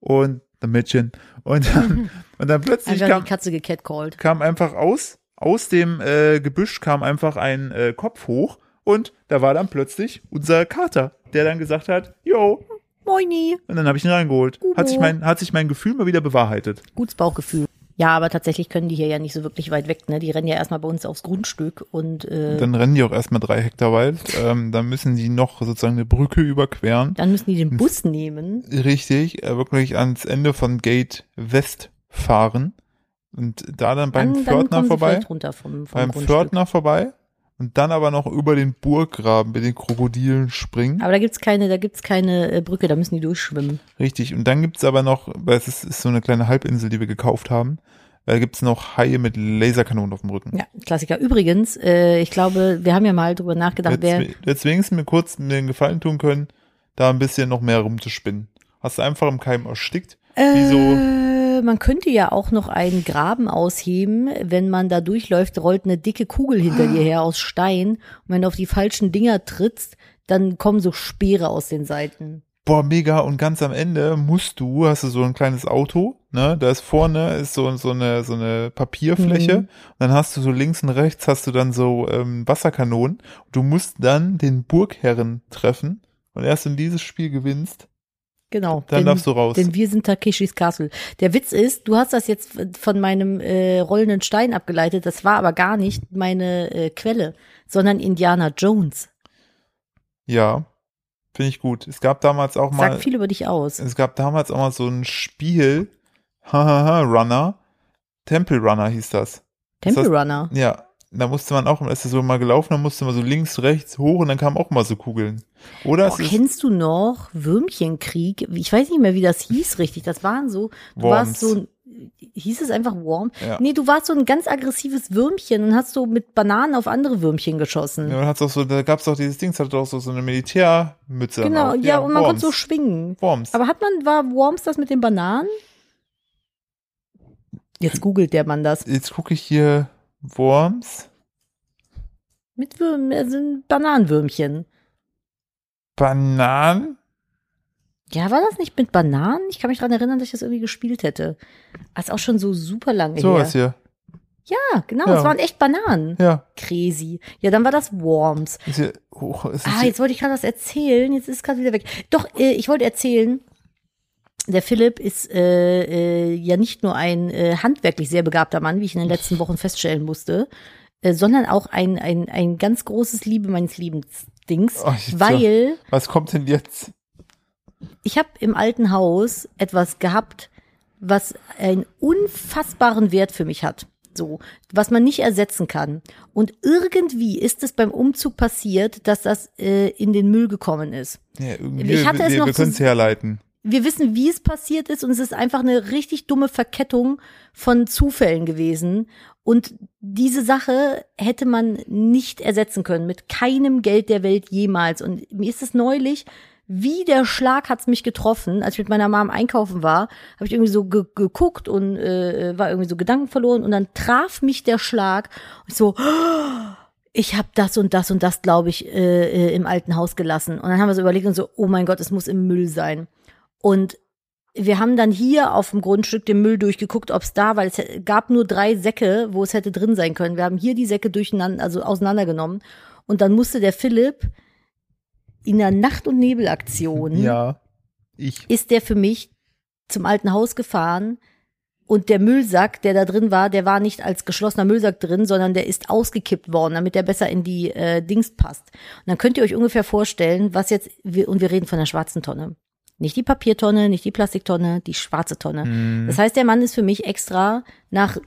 und the Mädchen. Und dann, und dann plötzlich
Einfach
kam,
die Katze gecatcalled.
kam einfach aus, aus dem äh, Gebüsch kam einfach ein äh, Kopf hoch und da war dann plötzlich unser Kater, der dann gesagt hat, yo,
Moini.
und dann habe ich ihn reingeholt. Hat sich, mein, hat sich mein Gefühl mal wieder bewahrheitet.
Gutes Bauchgefühl. Ja, aber tatsächlich können die hier ja nicht so wirklich weit weg, ne? Die rennen ja erstmal bei uns aufs Grundstück und äh,
Dann rennen die auch erstmal drei Hektar weit. Ähm, dann müssen die noch sozusagen eine Brücke überqueren.
dann müssen die den Bus nehmen.
Richtig, äh, wirklich ans Ende von Gate West fahren. Und da dann beim
dann, dann
Pförtner
kommen sie
vorbei.
vielleicht runter vom, vom
Beim
Grundstück.
Pförtner vorbei. Und dann aber noch über den Burggraben mit den Krokodilen springen.
Aber da gibt's keine, da gibt's keine äh, Brücke, da müssen die durchschwimmen.
Richtig. Und dann gibt's aber noch, weil es ist, ist so eine kleine Halbinsel, die wir gekauft haben, äh, gibt's noch Haie mit Laserkanonen auf dem Rücken.
Ja, Klassiker. Übrigens, äh, ich glaube, wir haben ja mal drüber nachgedacht, wer,
Jetzt, jetzt wenigstens mir kurz mir einen Gefallen tun können, da ein bisschen noch mehr rumzuspinnen. Hast du einfach im Keim erstickt. Wieso?
Äh, man könnte ja auch noch einen Graben ausheben. Wenn man da durchläuft, rollt eine dicke Kugel hinter dir her aus Stein. Und wenn du auf die falschen Dinger trittst, dann kommen so Speere aus den Seiten.
Boah, mega. Und ganz am Ende musst du, hast du so ein kleines Auto, ne? Da ist vorne ist so, so eine, so eine Papierfläche.
Mhm.
Und dann hast du so links und rechts hast du dann so ähm, Wasserkanonen. Du musst dann den Burgherren treffen. Und erst wenn dieses Spiel gewinnst,
Genau.
dann
denn,
darfst du raus.
denn wir sind Takeshis Castle. Der Witz ist, du hast das jetzt von meinem äh, rollenden Stein abgeleitet. Das war aber gar nicht meine äh, Quelle, sondern Indiana Jones.
Ja, finde ich gut. Es gab damals auch mal,
Sagt viel über dich aus.
es gab damals auch mal so ein Spiel, hahaha, Runner, Temple Runner hieß das.
Temple
das-
Runner.
Ja, da musste man auch, ist das so mal gelaufen, da musste man so links, rechts, hoch und dann kamen auch mal so Kugeln. Oder
Boah,
es ist
kennst du noch Würmchenkrieg? Ich weiß nicht mehr, wie das hieß richtig. Das waren so, du
Worms.
warst so ein, hieß es einfach Worm?
Ja.
Nee, du warst so ein ganz aggressives Würmchen und hast so mit Bananen auf andere Würmchen geschossen.
ja, man hat's auch so, da gab's auch dieses Ding, es hatte auch so, so eine Militärmütze. dann
genau,
auf.
ja, und man konnte so
Worms.
schwingen.
Worms.
Aber hat man, war Worms das mit den Bananen? Jetzt googelt der Mann das.
Jetzt gucke ich hier Worms,
Mit Würm, also ein Bananenwürmchen.
Bananen,
Ja, war das nicht mit Bananen? Ich kann mich daran erinnern, dass ich das irgendwie gespielt hätte. Das ist auch schon so super lange
sowas hier.
her. Ja, genau,
Ja.
es waren echt Bananen.
Ja,
Crazy. Ja, dann war das Worms.
ist hier, hoch, ist
Ah,
hier,
jetzt wollte ich gerade das erzählen. Jetzt ist es gerade wieder weg. Doch, äh, ich wollte erzählen, der Philipp ist äh, äh, ja nicht nur ein äh, handwerklich sehr begabter Mann, wie ich in den letzten Wochen feststellen musste, äh, sondern auch ein, ein, ein ganz großes Liebe meines Liebensdings.
Ach, jetzt, ja.
weil
was kommt denn jetzt?
ich habe im alten Haus etwas gehabt, was einen unfassbaren Wert für mich hat. So, was man nicht ersetzen kann. Und irgendwie ist es beim Umzug passiert, dass das äh, in den Müll gekommen ist.
Ja, irgendwie,
Ich hatte
wir,
es
wir,
noch
wir
zu-
können es herleiten.
Wir wissen, wie es passiert ist und es ist einfach eine richtig dumme Verkettung von Zufällen gewesen. Und diese Sache hätte man nicht ersetzen können, mit keinem Geld der Welt jemals. Und mir ist es neulich, wie der Schlag hat's mich getroffen, als ich mit meiner Mom einkaufen war, habe ich irgendwie so ge geguckt und äh, war irgendwie so Gedanken verloren und dann traf mich der Schlag und ich so, ich habe das und das und das, glaube ich, äh, äh, im alten Haus gelassen. Und dann haben wir so überlegt und so, oh mein Gott, es muss im Müll sein. Und wir haben dann hier auf dem Grundstück den Müll durchgeguckt, ob es da, weil es hä- gab nur drei Säcke, wo es hätte drin sein können. Wir haben hier die Säcke durcheinander, also auseinandergenommen. Und dann musste der Philipp in der Nacht- und Nebelaktion
Ja, ich.
ist der für mich zum alten Haus gefahren und der Müllsack, der da drin war, der war nicht als geschlossener Müllsack drin, sondern der ist ausgekippt worden, damit der besser in die äh, Dings passt. Und dann könnt ihr euch ungefähr vorstellen, was jetzt, wir, und wir reden von der schwarzen Tonne. Nicht die Papiertonne, nicht die Plastiktonne, die schwarze Tonne. Das heißt, der Mann ist für mich extra nach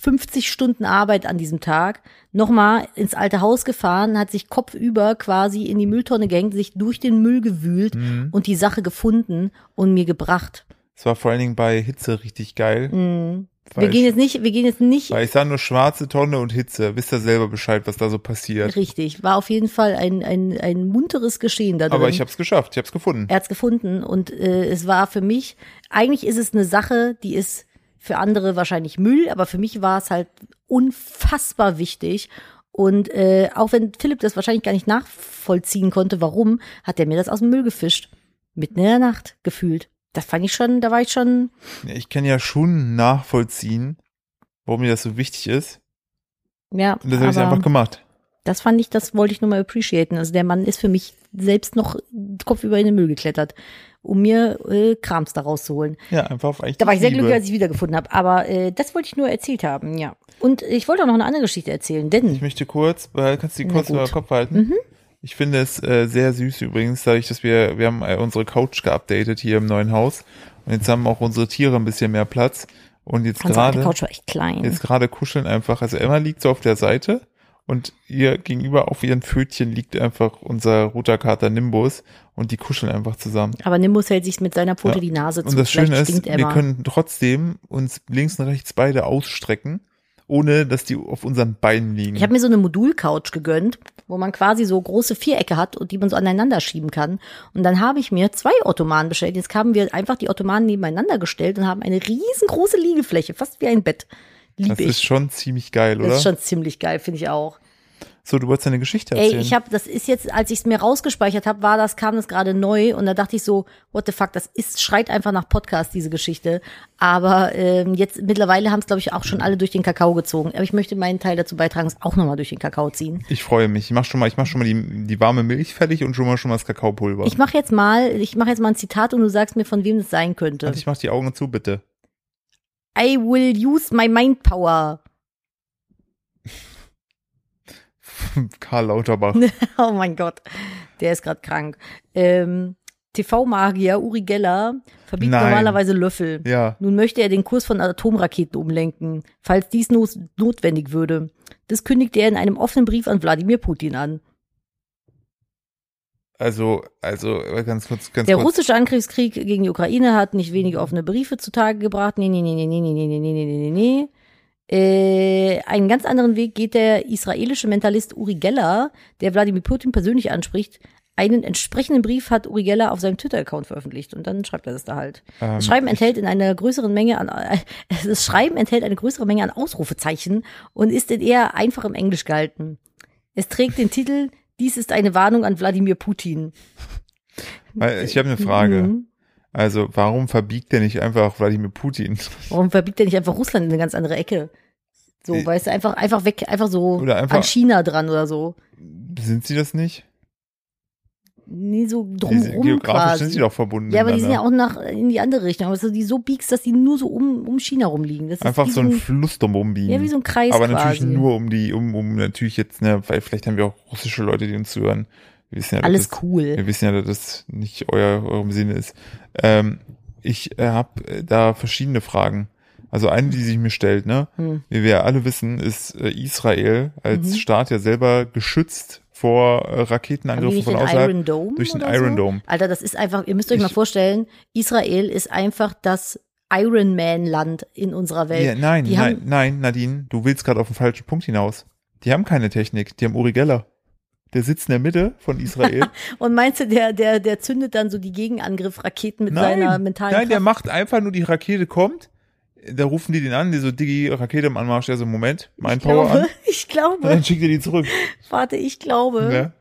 50 Stunden Arbeit an diesem Tag nochmal ins alte Haus gefahren, hat sich kopfüber quasi in die Mülltonne gehängt, sich durch den Müll gewühlt
Mhm.
und die Sache gefunden und mir gebracht.
Es war vor allen Dingen bei Hitze richtig geil.
Mhm. Wir
Weil
gehen
ich-
jetzt nicht, wir gehen jetzt nicht
Weil ich sah nur schwarze Tonne und Hitze. Wisst ihr selber Bescheid, was da so passiert.
richtig. War auf jeden Fall ein, ein, ein munteres Geschehen da drin.
Aber ich hab's geschafft, ich hab's gefunden.
er hat's gefunden und äh, es war für mich, eigentlich ist es eine Sache, die ist für andere wahrscheinlich Müll, aber für mich war es halt unfassbar wichtig. Und äh, auch wenn Philipp das wahrscheinlich gar nicht nachvollziehen konnte, warum, hat er mir das aus dem Müll gefischt. Mitten in der Nacht gefühlt. Da fand ich schon, da war ich schon.
Ich kann ja schon nachvollziehen, warum mir das so wichtig ist.
Ja,
Und das habe ich
aber
einfach gemacht.
das fand ich, das wollte ich nur mal appreciaten. Also der Mann ist für mich selbst noch kopfüber in den Müll geklettert, um mir äh, Krams da rauszuholen.
Ja, einfach auf eigentlich.
Da war ich sehr
Liebe.
glücklich, als ich wiedergefunden habe. Aber äh, das wollte ich nur erzählt haben, ja. Und ich wollte auch noch eine andere Geschichte erzählen, denn
Ich möchte kurz, äh, kannst du die
Na
kurz
gut. Mhm.
über den Kopf halten? Ich finde es äh, sehr süß übrigens, dadurch, dass wir, wir haben äh, unsere Couch geupdatet hier im neuen Haus und jetzt haben auch unsere Tiere ein bisschen mehr Platz und jetzt
unsere alte
gerade,
Couch war echt klein.
jetzt gerade kuscheln einfach, also Emma liegt so auf der Seite und ihr gegenüber auf ihren Pfötchen liegt einfach unser roter Kater Nimbus und die kuscheln einfach zusammen.
Aber Nimbus hält sich mit seiner Pfote
Ja.
die Nase Also zu.
Und das
Vielleicht
Schöne ist,
stinkt
wir
Emma.
können trotzdem uns links und rechts beide ausstrecken, ohne dass die auf unseren Beinen liegen.
Ich habe mir so eine Modulcouch gegönnt, wo man quasi so große Vierecke hat und die man so aneinander schieben kann. Und dann habe ich mir zwei Ottomanen bestellt. Jetzt haben wir einfach die Ottomanen nebeneinander gestellt und haben eine riesengroße Liegefläche, fast wie ein Bett.
das
Liebe
ist
ich.
schon ziemlich geil, oder?
Das ist schon ziemlich geil, finde ich auch.
So, du wolltest deine Geschichte erzählen.
Ey, ich habe, das ist jetzt, als ich es mir rausgespeichert habe, war das, kam das gerade neu und da dachte ich so, what the fuck, das ist, schreit einfach nach Podcast, diese Geschichte. Aber ähm, jetzt mittlerweile haben es, glaube ich, auch schon alle durch den Kakao gezogen. Aber ich möchte meinen Teil dazu beitragen, es auch nochmal durch den Kakao ziehen.
Ich freue mich. Ich mach schon mal, ich mach schon mal die, die warme Milch fertig und schon mal schon mal das Kakaopulver.
Ich mache jetzt mal, ich mache jetzt mal ein Zitat und du sagst mir, von wem das sein könnte.
Warte, ich mach die Augen zu, bitte.
I will use my mind power.
Karl Lauterbach.
Oh mein Gott, der ist gerade krank. Ähm, TV-Magier Uri Geller verbietet
Nein.
normalerweise Löffel.
Ja.
Nun möchte er den Kurs von Atomraketen umlenken, falls dies not notwendig würde. Das kündigte er in einem offenen Brief an Wladimir Putin an.
Also, also, ganz kurz, ganz
Der
kurz.
russische Angriffskrieg gegen die Ukraine hat nicht wenige offene Briefe zutage gebracht. Nee, nee, nee, nee, nee, nee, nee, nee, nee, nee, nee, nee. Äh, einen ganz anderen Weg geht der israelische Mentalist Uri Geller, der Wladimir Putin persönlich anspricht. Einen entsprechenden Brief hat Uri Geller auf seinem Twitter-Account veröffentlicht und dann schreibt er das da halt.
Ähm,
Das Schreiben enthält in einer größeren Menge an äh, das Schreiben enthält eine größere Menge an Ausrufezeichen und ist in eher einfachem Englisch gehalten. Es trägt den Titel Dies ist eine Warnung an Wladimir Putin.
Äh, Ich habe eine Frage.
Mhm.
Also, warum verbiegt er nicht einfach Wladimir Putin?
Warum verbiegt er nicht einfach Russland in eine ganz andere Ecke? So,
Äh,
weißt du, einfach, einfach weg, einfach so
Oder einfach-
an China dran oder so.
Sind sie das nicht?
Nie so
Die sind-
drumrum
Geografisch sind sie
quasi.
doch verbunden.
Ja, aber die sind ja
miteinander.
auch nach, in die andere Richtung. Aber so, die so biegst, dass die nur so um, um China rumliegen. Das ist
Einfach
wie
so ein Fluss drumherum biegen.
ja, wie so ein Kreis
aber
quasi.
natürlich nur um die, um, um natürlich jetzt, ne, weil vielleicht haben wir auch russische Leute, die uns zuhören. Wir wissen ja, dass
Alles
das-
cool.
Wir wissen ja, dass das nicht euer, eurem Sinne ist. Ähm, ich äh, habe da verschiedene Fragen. Also eine, die sich mir stellt, ne?
Hm.
Wie wir ja alle wissen, ist äh, Israel als
Mhm.
Staat ja selber geschützt vor äh,
Haben die
Raketenangriffen
nicht
von
den
außerhalb.
Iron Dome
durch den
oder
Iron
so?
Dome.
Alter, das ist einfach, ihr müsst euch
Ich-
mal vorstellen, Israel ist einfach das Iron Man-Land in unserer Welt.
Ja, nein,
die
nein,
haben,
nein, Nadine, du willst gerade auf den falschen Punkt hinaus. Die haben keine Technik, die haben Uri Geller. Der sitzt in der Mitte von Israel.
und meinst du, der, der, der zündet dann so die Gegenangriff-Raketen mit
nein,
seiner mentalen
nein, der
Kraft?
macht einfach nur die Rakete kommt. Da rufen die den an, die so Digi, Rakete im Anmarsch, der so, Moment, mein
ich
Power
glaube,
an.
ich
Und
glaube,
dann schickt er die zurück.
warte, ich glaube,
Ne?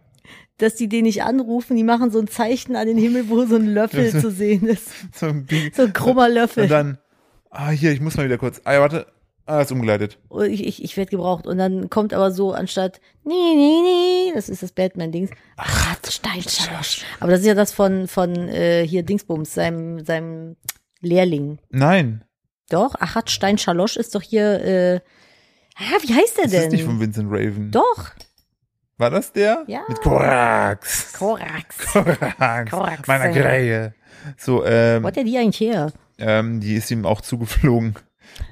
dass die den nicht anrufen, die machen so ein Zeichen an den Himmel, wo so ein Löffel zu sehen ist.
So ein Bi-
So ein krummer
und
Löffel.
dann, ah, hier, ich muss mal wieder kurz. Ah, ja, warte. Ah, ist umgeleitet.
Und Oh, ich, ich, ich werde gebraucht. Und dann kommt aber so anstatt, nee, nee, nee, das ist das Batman-Dings. Ach, Steinschalosch. Aber das ist ja das von, von äh, hier Dingsbums, seinem, seinem Lehrling.
Nein.
Doch, Achat Steinschalosch ist doch hier, äh, ah, wie heißt der
Das ist
denn?
nicht von Vincent Raven.
doch,
War das der?
Ja.
Mit Korax.
Korax.
Korax.
Korax.
Meiner Krähe. So, ähm,
Wo hat der die eigentlich her?
ähm, die ist ihm auch zugeflogen.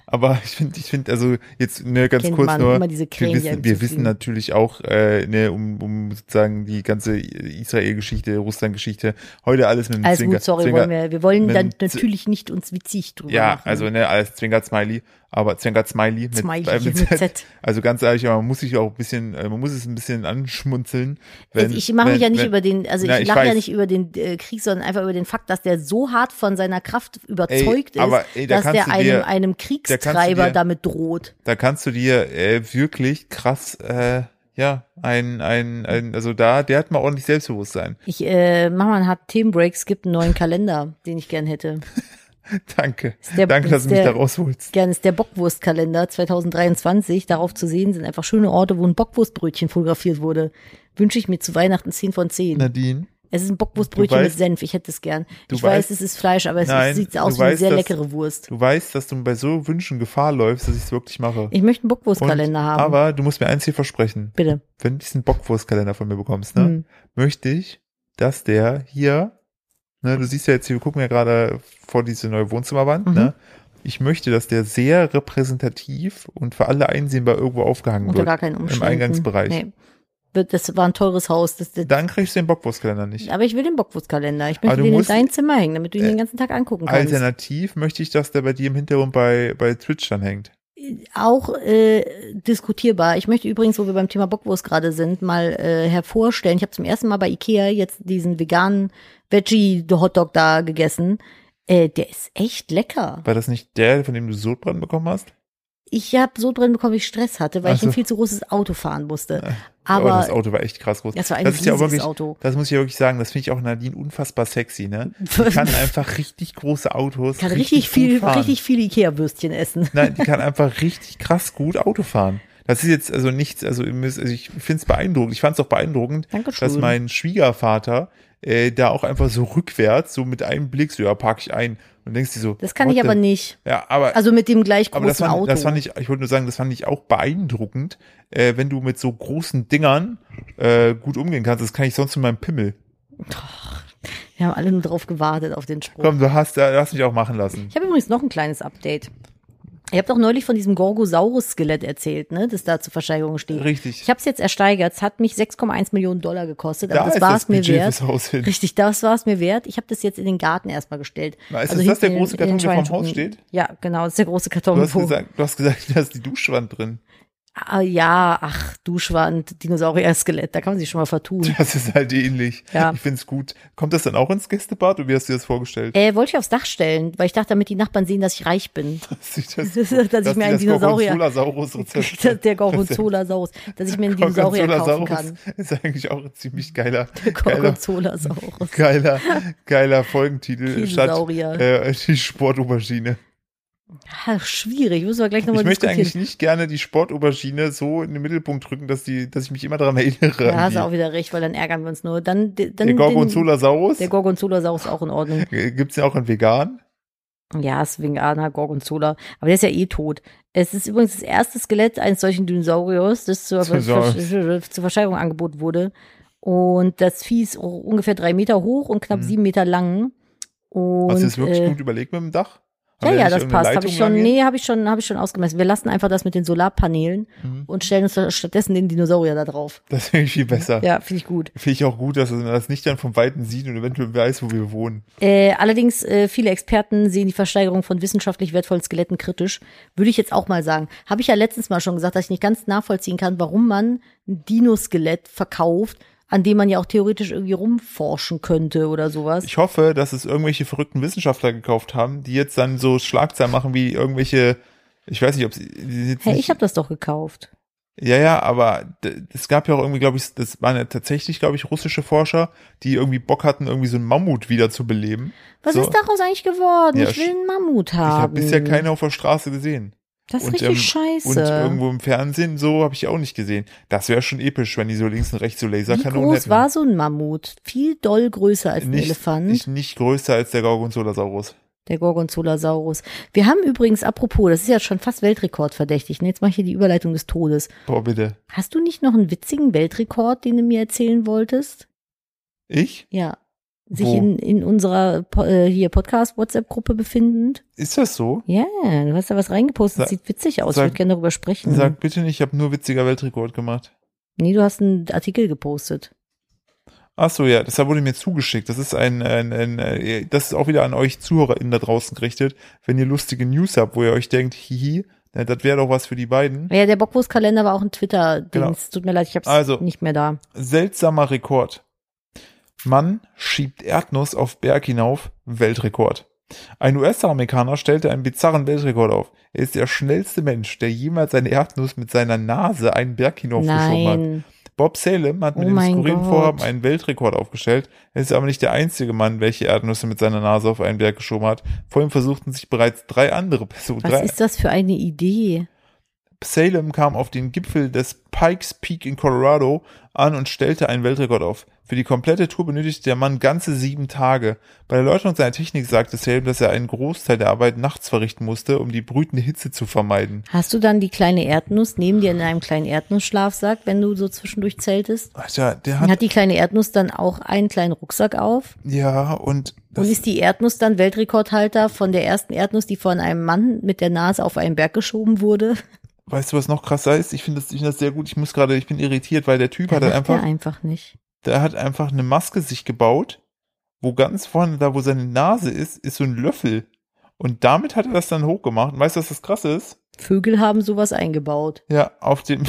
Aber ich finde, ich finde, also jetzt ne, ganz
Kennt
kurz
man
nur,
immer diese Krähen,
wir
die
wissen,
einem
wir
zufliegen.
wissen natürlich auch, äh, ne, um, um sozusagen die ganze Israel-Geschichte, Russland-Geschichte, heute alles mit dem
Alles
Zwinker.
gut, Also sorry,
Zwinker,
wollen wir, wir wollen
mit
dann
dem Z-
natürlich nicht uns witzig drüber
Ja,
machen.
also ne, als Zwinker-Smiley, aber Zwinker-Smiley mit,
Smiley
äh,
mit Z.
Also ganz ehrlich, man muss sich auch ein bisschen, äh, man muss es ein bisschen anschmunzeln. Wenn,
Also ich mache mich
wenn-
ja nicht
wenn-
über den, also
Na,
ich
ich
lache ja
weiß.
nicht über den äh, Krieg, sondern einfach über den Fakt, dass der so hart von seiner Kraft überzeugt
aber,
ist,
ey, da
dass
kannst
der
du
einem,
dir-
einem
du
Kriegstreiber
dir-
damit droht.
Da kannst du dir äh, wirklich krass äh, Ja, ein, ein, ein, also da, der hat mal ordentlich Selbstbewusstsein.
Ich äh, mach mal einen harten Themenbreak, es gibt einen neuen Kalender, den ich gern hätte.
Danke.
Ist der-
Danke, dass
ist
du mich da
der-
rausholst.
Gern ist der Bockwurstkalender 2023. Darauf zu sehen sind einfach schöne Orte, wo ein Bockwurstbrötchen fotografiert wurde. Wünsche ich mir zu Weihnachten 10 von 10.
Nadine,
es ist ein Bockwurstbrötchen
Du
mit
weißt-
Senf, ich hätte es gern.
du
Ich weiß,
weißt-
es ist Fleisch, aber es
Nein,
sieht
du
aus wie eine
weißt,
sehr
dass-
leckere Wurst.
du weißt, dass du bei so Wünschen Gefahr läufst, dass ich es wirklich mache.
Ich möchte einen Bockwurstkalender
Und-
haben.
Aber du musst mir eins hier versprechen.
Bitte.
Wenn du diesen Bockwurstkalender von mir bekommst, ne,
Hm.
möchte ich, dass der hier, ne, du siehst ja jetzt, wir gucken ja gerade vor diese neue Wohnzimmerwand,
Mhm.
ne? Ich möchte, dass der sehr repräsentativ und für alle einsehbar irgendwo aufgehangen
Unter
wird.
gar keinen Umständen.
Eingangsbereich.
Nee. Wird- Das war ein teures Haus. Das, das,
Dann kriegst du den Bockwurstkalender nicht.
aber ich will den Bockwurstkalender. Ich
Aber
möchte
du
den in
musst-
dein Zimmer hängen, damit du ihn
Äh,
den ganzen Tag angucken kannst.
Alternativ möchte ich, dass der bei dir im Hintergrund bei, bei Twitch dann hängt.
auch äh, diskutierbar. Ich möchte übrigens, wo wir beim Thema Bockwurst gerade sind, mal äh, hervorstellen. Ich habe zum ersten Mal bei Ikea jetzt diesen veganen Veggie-Hotdog da gegessen. Äh, der ist echt lecker.
War das nicht der, von dem du Sodbrennen bekommen hast?
Ich habe so drin bekommen, wie ich Stress hatte, weil ich
Ach so.
ein viel zu großes Auto fahren musste.
oh, das
Aber
Auto war echt krass groß.
das war ein riesiges
auch wirklich,
Auto.
Das muss ich ja wirklich sagen, das finde ich auch Nadine unfassbar sexy, ne? Die kann einfach richtig große Autos.
Kann richtig viel,
gut fahren.
richtig viele Ikea-Würstchen essen.
Nein, die kann einfach richtig krass gut Auto fahren. Das ist jetzt also nichts, also, ihr müsst- also ich finde es beeindruckend. Ich fand es auch beeindruckend,
Dankeschön.
dass mein Schwiegervater äh, da auch einfach so rückwärts, so mit einem Blick, so ja, park ich ein. Und denkst du so.
Das kann
what
ich aber
the-
nicht.
Ja, aber
Also mit dem gleich großen
Aber das fand,
Auto.
das fand ich, ich wollte nur sagen, das fand ich auch beeindruckend, äh, wenn du mit so großen Dingern äh, gut umgehen kannst. Das kann ich sonst mit meinem Pimmel.
wir haben alle nur drauf gewartet auf den Spruch.
Komm, du hast, äh, hast mich auch machen lassen.
Ich habe übrigens noch ein kleines Update. Ihr habt doch neulich von diesem Gorgosaurus-Skelett erzählt, ne, das da zur Versteigerung steht.
Richtig.
Ich habe es jetzt ersteigert. Es hat mich 6,1 Millionen Dollar gekostet, aber
da
das
ist
war
das
es mir
Budget
wert.
fürs Haus hin.
Richtig, das war es mir wert. Ich habe das jetzt in den Garten erstmal gestellt. Also
Na, ist das das der
hinten
große
in den-
Karton,
in den
der vorm
Schweinchen-
Haus steht?
Ja, genau, das ist der große Karton.
Du hast,
wo-
gesagt, du hast gesagt, da ist die Duschwand drin.
ah, ja, ach, Duschwand, Dinosaurier-Skelett, da kann man sich schon mal vertun.
Das ist halt ähnlich.
Ja.
Ich find's gut. Kommt das dann auch ins Gästebad oder wie hast du dir das vorgestellt?
Äh, wollte ich aufs Dach stellen, weil ich dachte, damit die Nachbarn sehen, dass ich reich bin.
Dass ich, das,
dass ich mir einen Dinosaurier-
Gorgonzolasaurus rezept-
Der, der Gorgonzolasaurus, dass ich mir einen Dinosaurier kaufen kann.
Gorgonzolasaurus ist eigentlich auch ein ziemlich geiler, geiler
Gorgonzolasaurus.
Geiler, geiler Folgentitel statt
Käsesaurier.
äh, die Sportaubergine.
Ah, schwierig, müssen wir gleich nochmal
Ich möchte
diskutieren.
eigentlich nicht gerne die Sportaubergine so in den Mittelpunkt rücken, dass, die, dass ich mich immer daran erinnere.
da
an
hast
die.
du auch wieder recht, weil dann ärgern wir uns nur. Dann, dann
der
den-
Gorgonzolasaurus
Der Gorgonzola-Saurus ist auch in Ordnung.
äh, gibt's ja auch in vegan.
Ja, es ist wegen Anna Gorgonzola. Aber der ist ja eh tot. Es ist übrigens das erste Skelett eines solchen Dinosauriers, das zur,
Dinosaurus.
zur Versteigerung angeboten wurde. Und das Vieh ist ungefähr drei Meter hoch und knapp
Mhm.
sieben Meter lang. Und,
Hast du das Also wirklich
äh,
gut überlegt mit dem Dach? Haben
Ja,
wir
ja,
nicht
das
irgendeine
passt. Habe ich
Leitung
schon,
lang
nee, habe ich schon, habe ich schon ausgemessen. Wir lassen einfach das mit den Solarpanelen
gehen? Mhm.
und stellen uns stattdessen den Dinosaurier da drauf.
Das finde ich viel besser.
Ja, finde ich gut.
Finde ich auch gut, dass man das nicht dann vom Weiten sieht und eventuell weiß, wo wir wohnen.
Äh, allerdings, äh, viele Experten sehen die Versteigerung von wissenschaftlich wertvollen Skeletten kritisch. Würde ich jetzt auch mal sagen. Habe ich ja letztens mal schon gesagt, dass ich nicht ganz nachvollziehen kann, warum man ein Dinoskelett verkauft, an dem man ja auch theoretisch irgendwie rumforschen könnte oder sowas.
Ich hoffe, dass es irgendwelche verrückten Wissenschaftler gekauft haben, die jetzt dann so Schlagzeilen machen wie irgendwelche, ich weiß nicht, ob sie. die jetzt
hey,
nicht-
ich habe das doch gekauft.
Ja, ja, aber d- es gab ja auch irgendwie, glaube ich, das waren ja tatsächlich, glaube ich, russische Forscher, die irgendwie Bock hatten, irgendwie so einen Mammut wieder zu beleben.
Was
so,
ist daraus eigentlich geworden?
Ja,
ich will
sch-
einen Mammut
Ich
haben.
habe bisher keine auf der Straße gesehen.
Das ist
und,
richtig
ähm,
scheiße.
Und irgendwo im Fernsehen so habe ich auch nicht gesehen. Das wäre schon episch, wenn die so links und rechts so
Wie
Laserkanonen
groß
hätten.
war so ein Mammut? Viel doll größer als ein
nicht,
Elefant.
Nicht, nicht größer als der Gorgonzolasaurus.
Der Gorgonzolasaurus. Wir haben übrigens, apropos, das ist ja schon fast Weltrekordverdächtig. Ne? Jetzt mache ich hier die Überleitung des Todes.
Boah, bitte.
Hast du nicht noch einen witzigen Weltrekord, den du mir erzählen wolltest?
Ich?
Ja. Sich
Wo?
in, in unserer Po- äh, hier Podcast-WhatsApp-Gruppe befindend?
Ist das so?
Ja, du hast da was reingepostet.
Sag-
Sieht witzig aus.
sag-
ich würde gerne darüber sprechen.
Sag bitte nicht, ich habe nur witziger Weltrekord gemacht.
nee, du hast einen Artikel gepostet.
Ach so, ja, das wurde mir zugeschickt. Das ist ein, ein, ein, äh, das ist auch wieder an euch ZuhörerInnen da draußen gerichtet. Wenn ihr lustige News habt, wo ihr euch denkt, hihi, na, das wäre doch was für die beiden.
Ja, der Bockwurstkalender war auch ein Twitter-Dings.
Genau.
Tut mir leid, ich hab's
Also.
nicht mehr da.
Seltsamer Rekord. Mann schiebt Erdnuss auf Berg hinauf, Weltrekord. Ein US-Amerikaner stellte einen bizarren Weltrekord auf. Er ist der schnellste Mensch, der jemals eine Erdnuss mit seiner Nase einen Berg hinaufgeschoben hat.
Nein.
Bob Salem hat mit
Oh
dem
mein
skurrilen
Gott.
Vorhaben einen Weltrekord aufgestellt. Er ist aber nicht der einzige Mann, welche Erdnüsse mit seiner Nase auf einen Berg geschoben hat. Vor ihm versuchten sich bereits drei andere Personen.
Was
Drei.
ist das für eine Idee?
Salem kam auf den Gipfel des Pikes Peak in Colorado an und stellte einen Weltrekord auf. Für die komplette Tour benötigte der Mann ganze sieben Tage. Bei der Erläuterung seiner Technik sagte Salem, dass er einen Großteil der Arbeit nachts verrichten musste, um die brütende Hitze zu vermeiden.
Hast du dann die kleine Erdnuss neben dir in einem kleinen Erdnussschlafsack, wenn du so zwischendurch zeltest?
Alter, der
Hat,
hat,
hat die kleine Erdnuss dann auch einen kleinen Rucksack auf?
ja, und
Und ist die Erdnuss dann Weltrekordhalter von der ersten Erdnuss, die von einem Mann mit der Nase auf einen Berg geschoben wurde?
Weißt du, was noch krasser ist? Ich finde das, ich find das sehr gut. Ich muss gerade, ich bin irritiert, weil der Typ hat
Macht er
einfach,
einfach nicht.
der hat einfach eine Maske sich gebaut, wo ganz vorne, da wo seine Nase ist, ist so ein Löffel. Und damit hat er das dann hochgemacht. Und weißt du, was das krasse ist?
Vögel haben sowas eingebaut.
Ja, auf dem,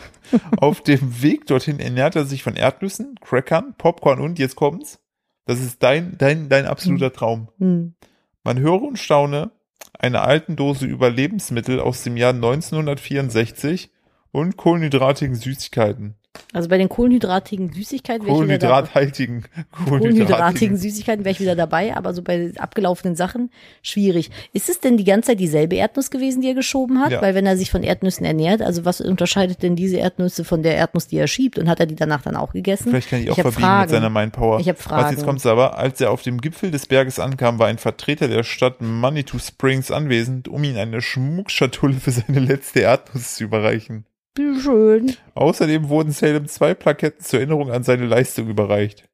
auf dem Weg dorthin ernährt er sich von Erdnüssen, Crackern, Popcorn und jetzt kommt's. Das ist dein, dein, dein absoluter Traum.
Hm.
Man höre und staune einer alten Dose über Lebensmittel aus dem Jahr 1964 und kohlenhydratigen Süßigkeiten.
Also bei den kohlenhydratigen Süßigkeiten wäre ich wieder dabei.
Kohlenhydrathaltigen.
Kohlenhydratigen Süßigkeiten wäre ich wieder dabei, aber so bei abgelaufenen Sachen schwierig. Ist es denn die ganze Zeit dieselbe Erdnuss gewesen, die er geschoben hat?
Ja.
Weil wenn er sich von Erdnüssen ernährt, also was unterscheidet denn diese Erdnüsse von der Erdnuss, die er schiebt? Und hat er die danach dann auch gegessen?
Vielleicht kann ich auch
hab
verbiegen mit
Fragen.
seiner Mindpower.
Ich hab
Was
Fragen.
jetzt kommt's aber, als er auf dem Gipfel des Berges ankam, war ein Vertreter der Stadt Manitou Springs anwesend, um ihm eine Schmuckschatulle für seine letzte Erdnuss zu überreichen.
Schön.
Außerdem wurden Salem zwei Plaketten zur Erinnerung an seine Leistung überreicht.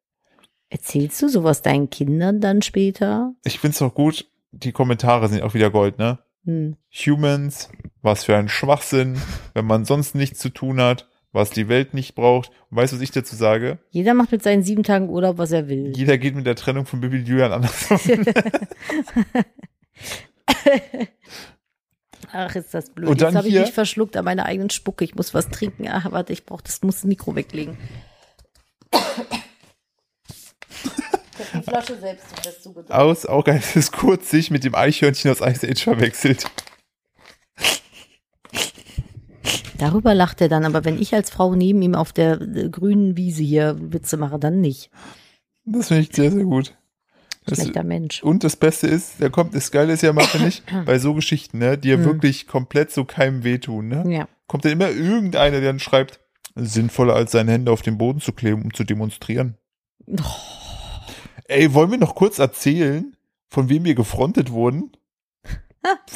Erzählst du sowas deinen Kindern dann später?
Ich find's auch gut, die Kommentare sind auch wieder Gold, ne?
Hm.
Humans, was für ein Schwachsinn, wenn man sonst nichts zu tun hat, was die Welt nicht braucht. Und weißt du, was ich dazu sage?
Jeder macht mit seinen sieben Tagen Urlaub, was er will.
Jeder geht mit der Trennung von Bibi Julian anders um.
Ach, ist das blöd.
Und dann
Jetzt habe ich
hier-
mich verschluckt an meiner eigenen Spucke. Ich muss was trinken. Ach, warte, ich brauche das, muss das Mikro weglegen. ich habe die Flasche selbst fest zugedrückt.
Aus, auch geil, es ist kurz sich mit dem Eichhörnchen aus Ice Age verwechselt.
Darüber lacht er dann, aber wenn ich als Frau neben ihm auf der äh, grünen Wiese hier Witze mache, dann nicht.
Das finde ich sehr, sehr gut. Das,
Schlechter Mensch.
und das Beste ist, da kommt, das Geile ist ja manchmal nicht, bei so Geschichten, ne, die ja
Hm.
wirklich komplett so keinem wehtun, ne?
Ja.
Kommt dann immer irgendeiner, der dann schreibt, sinnvoller als seine Hände auf den Boden zu kleben, um zu demonstrieren.
Oh.
Ey, wollen wir noch kurz erzählen, von wem wir gefrontet wurden?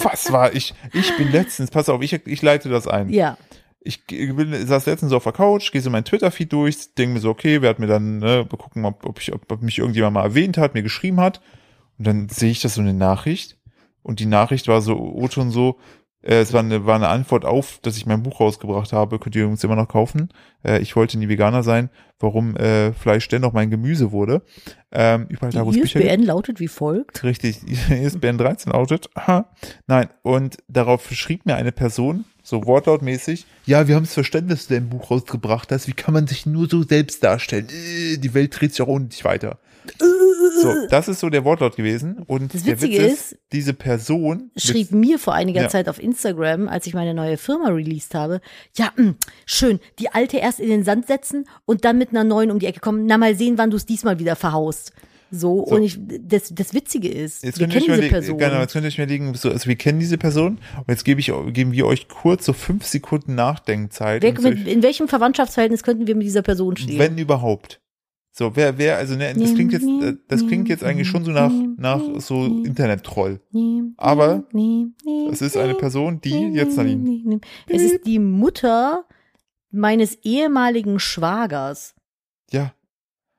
Was war ich? Ich bin letztens, pass auf, ich, ich leite das ein.
Ja.
Ich ge- bin, saß letztens so auf der Couch, gehe so mein Twitter-Feed durch, denke mir so, okay, wer hat mir dann, ne, mal gucken, ob, ob, ich, ob, ob mich irgendjemand mal erwähnt hat, mir geschrieben hat. Und dann sehe ich das so eine Nachricht. Und die Nachricht war so, Oton so, äh, es war eine, war eine Antwort auf, dass ich mein Buch rausgebracht habe, könnt ihr übrigens immer noch kaufen. Äh, ich wollte nie Veganer sein, warum äh, Fleisch dennoch mein Gemüse wurde. Ähm, überall
Die
da, wo es Bücher gibt.
ISBN lautet wie folgt.
Richtig, ISBN 13 outet. oh Aha. Nein, und darauf schrieb mir eine Person, so wortlautmäßig, ja, wir haben das Verständnis, dass du dein Buch rausgebracht hast. Wie kann man sich nur so selbst darstellen? Äh, Die Welt dreht sich auch ohne dich weiter. So, das ist so der Wortlaut gewesen. Und
Das
der Witz
Witzige
ist, diese Person mit-
schrieb mir vor einiger
Ja.
Zeit auf Instagram, als ich meine neue Firma released habe, ja, mh, schön, die alte erst in den Sand setzen und dann mit einer neuen um die Ecke kommen. Na, mal sehen, wann du es diesmal wieder verhaust. So,
So.
und ich, das, das Witzige ist,
Jetzt
wir
könnt ihr euch
kennen diese
überlegen,
Person.
genau, jetzt könnt ihr euch überlegen, so, also wir kennen diese Person und jetzt gebe ich, geben wir euch kurz so fünf Sekunden Nachdenkzeit.
Wer,
um zu-
mit, in welchem Verwandtschaftsverhältnis könnten wir mit dieser Person stehen?
Wenn überhaupt. So, wer, wer, also ne, das klingt jetzt, äh, das klingt jetzt eigentlich schon so nach, nach so Internet-Troll. aber Es ist eine Person, die jetzt an ihn.
Es ist die Mutter meines ehemaligen Schwagers.
Ja,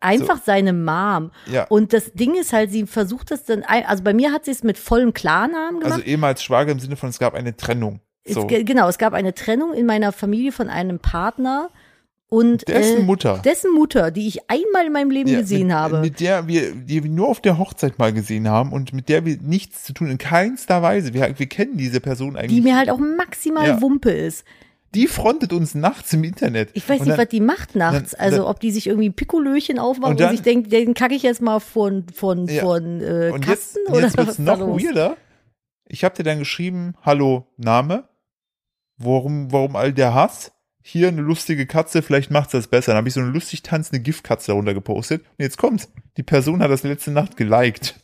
Einfach seine Mom.
ja.
Und das Ding ist halt, sie versucht das dann, ein- also bei mir hat sie es mit vollem Klarnamen gemacht.
Also ehemals Schwager im Sinne von, es gab eine Trennung.
Es-
So.
ge- genau, es gab eine Trennung in meiner Familie von einem Partner und
Dessen
äh,
Mutter.
dessen Mutter, die ich einmal in meinem Leben
Ja,
gesehen
mit, äh,
habe.
Mit der wir, die wir nur auf der Hochzeit mal gesehen haben und mit der wir nichts zu tun, in keinster Weise. Wir, wir kennen diese Person eigentlich.
die mir halt auch maximal
Ja.
Wumpe ist.
die frontet uns nachts im Internet.
Ich weiß
Und
nicht,
dann-
was die macht nachts.
dann-
also
dann-
ob die sich irgendwie ein Pikolöchen aufmacht
Und
und,
dann-
sich denkt, den kacke ich jetzt mal von von
Ja.
von äh,
Und jetzt,
Kasten oder
jetzt wird's
was da
noch
los?
weirder. Ich habe dir dann geschrieben, hallo, Name. Warum, warum all der Hass? Hier eine lustige Katze, vielleicht macht's das besser. Dann habe ich so eine lustig tanzende GIF-Katze darunter gepostet. Und jetzt kommt's. Die Person hat das letzte Nacht geliked.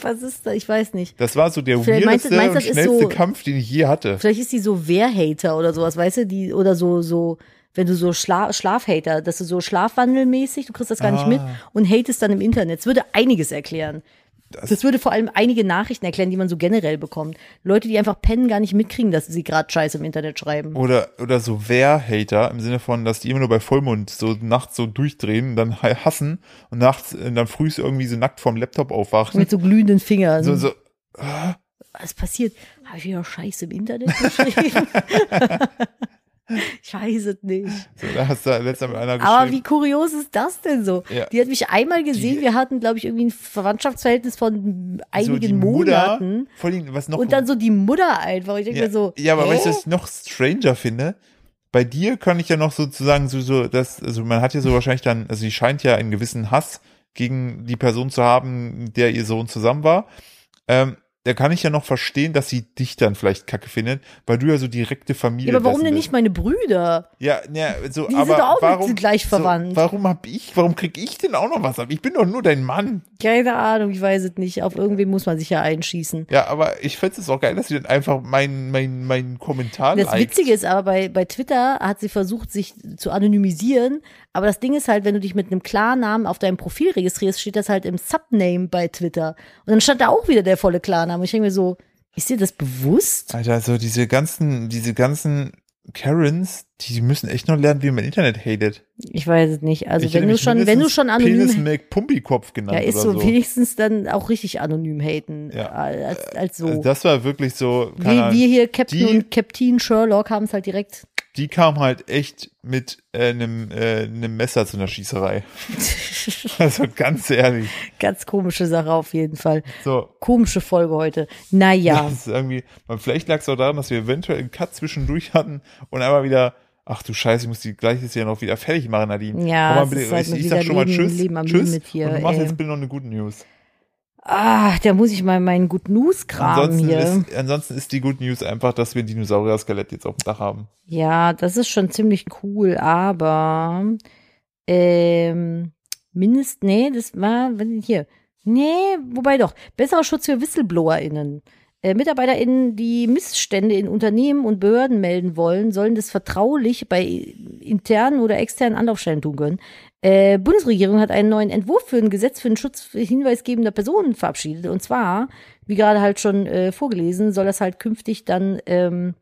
Was ist da? Ich weiß nicht.
Das war so der
Vielleicht meinst du-
weirdeste
meinst du,
und
das ist
schnellste
so-
Kampf, den ich je hatte.
Vielleicht ist die so Wehrhater oder sowas, weißt du, die oder so so wenn du so Schla Schlafhater, dass du so schlafwandelmäßig, du kriegst das gar nicht
Ah.
mit und hatest dann im Internet. Das würde einiges erklären. Das, würde vor allem einige Nachrichten erklären, die man so generell bekommt. Leute, die einfach pennen, gar nicht mitkriegen, dass sie gerade Scheiße im Internet schreiben.
Oder, oder so Wehr-Hater im Sinne von, dass die immer nur bei Vollmond so nachts so durchdrehen und dann ha- hassen und nachts, äh, dann frühst irgendwie so nackt vorm Laptop aufwachen.
Mit so glühenden Fingern.
So, so,
was passiert? Habe ich wieder Scheiße im Internet geschrieben? ich weiß es nicht.
so, da hast du letztens mit einer geschrieben.
Aber wie kurios ist das denn so?
Ja.
Die hat mich einmal gesehen. Wir hatten, glaube ich, irgendwie ein Verwandtschaftsverhältnis von
so
einigen
die
Monaten.
Mutter, vor allem, was noch.
Und dann so die Mutter einfach. Ich denke
ja,
mir so.
ja, aber
hä?
weißt du, was ich noch stranger finde? Bei dir kann ich ja noch sozusagen so, so, das, also man hat ja so wahrscheinlich dann, also sie scheint ja einen gewissen Hass gegen die Person zu haben, mit der ihr Sohn zusammen war. Ähm, da kann ich ja noch verstehen, dass sie dich dann vielleicht kacke findet, weil du ja so direkte Familie
ja, aber warum
dessen
denn
bist.
nicht meine Brüder?
Ja, ja, so,
Die sind
aber
doch auch mit-
warum,
sind gleich verwandt.
So, warum hab ich, warum krieg ich denn auch noch was ab? Ich bin doch nur dein Mann.
Keine Ahnung, ich weiß es nicht. Auf irgendwen muss man sich ja einschießen.
Ja, aber ich find's es auch geil, dass sie dann einfach meinen meinen meinen Kommentar
Das
liked.
Witzige ist aber, bei, bei Twitter hat sie versucht, sich zu anonymisieren. Aber das Ding ist halt, wenn du dich mit einem Klarnamen auf deinem Profil registrierst, steht das halt im Subname bei Twitter. Und dann stand da auch wieder der volle Klarname. Und ich denke mir so, ist dir das bewusst?
Alter, so diese ganzen, diese ganzen Karens, die müssen echt noch lernen, wie man Internet hatet.
Ich weiß es nicht. Also
Ich hätte
wenn du
mich
schon, wenn du
mindestens
schon
Penis
anonym
McPumpikopf
ja,
genannt
ist
oder
so,
so.
wenigstens dann auch richtig anonym haten. äh,
Ja.
Als, als so.
Also das war wirklich so, keine
wir,
Ahnung,
wir hier, Captain
die-
und Captain Sherlock, haben es halt direkt.
die kam halt echt mit äh, einem äh, einem Messer zu einer Schießerei. also ganz ehrlich.
Ganz komische Sache auf jeden Fall.
So.
Komische Folge heute. Naja.
Das ist irgendwie, weil vielleicht lag es auch daran, dass wir eventuell einen Cut zwischendurch hatten und einmal wieder, ach du Scheiße, ich muss die gleich jetzt ja noch wieder fertig machen, Nadine.
Ja,
Komm mal
es
bitte,
ist halt
ich,
mit
ich sag
wieder
schon mal
Leben-
Tschüss.
Leben am
tschüss
Limit hier,
und du machst
ey.
jetzt bitte noch eine gute News.
Ah, da muss ich mal meinen Good News kramen
Ansonsten
hier.
ist, ansonsten ist die Good News einfach, dass wir ein Dinosaurier-Skelett jetzt auf dem Dach haben.
ja, das ist schon ziemlich cool, aber ähm, mindest, nee, das war wenn- hier. Nee, wobei doch. Besserer Schutz für WhistleblowerInnen. Äh, MitarbeiterInnen, die Missstände in Unternehmen und Behörden melden wollen, sollen das vertraulich bei internen oder externen Anlaufstellen tun können. Äh, Bundesregierung hat einen neuen Entwurf für ein Gesetz für den Schutz hinweisgebender Personen verabschiedet. Und zwar, wie gerade halt schon äh, vorgelesen, soll das halt künftig dann ähm,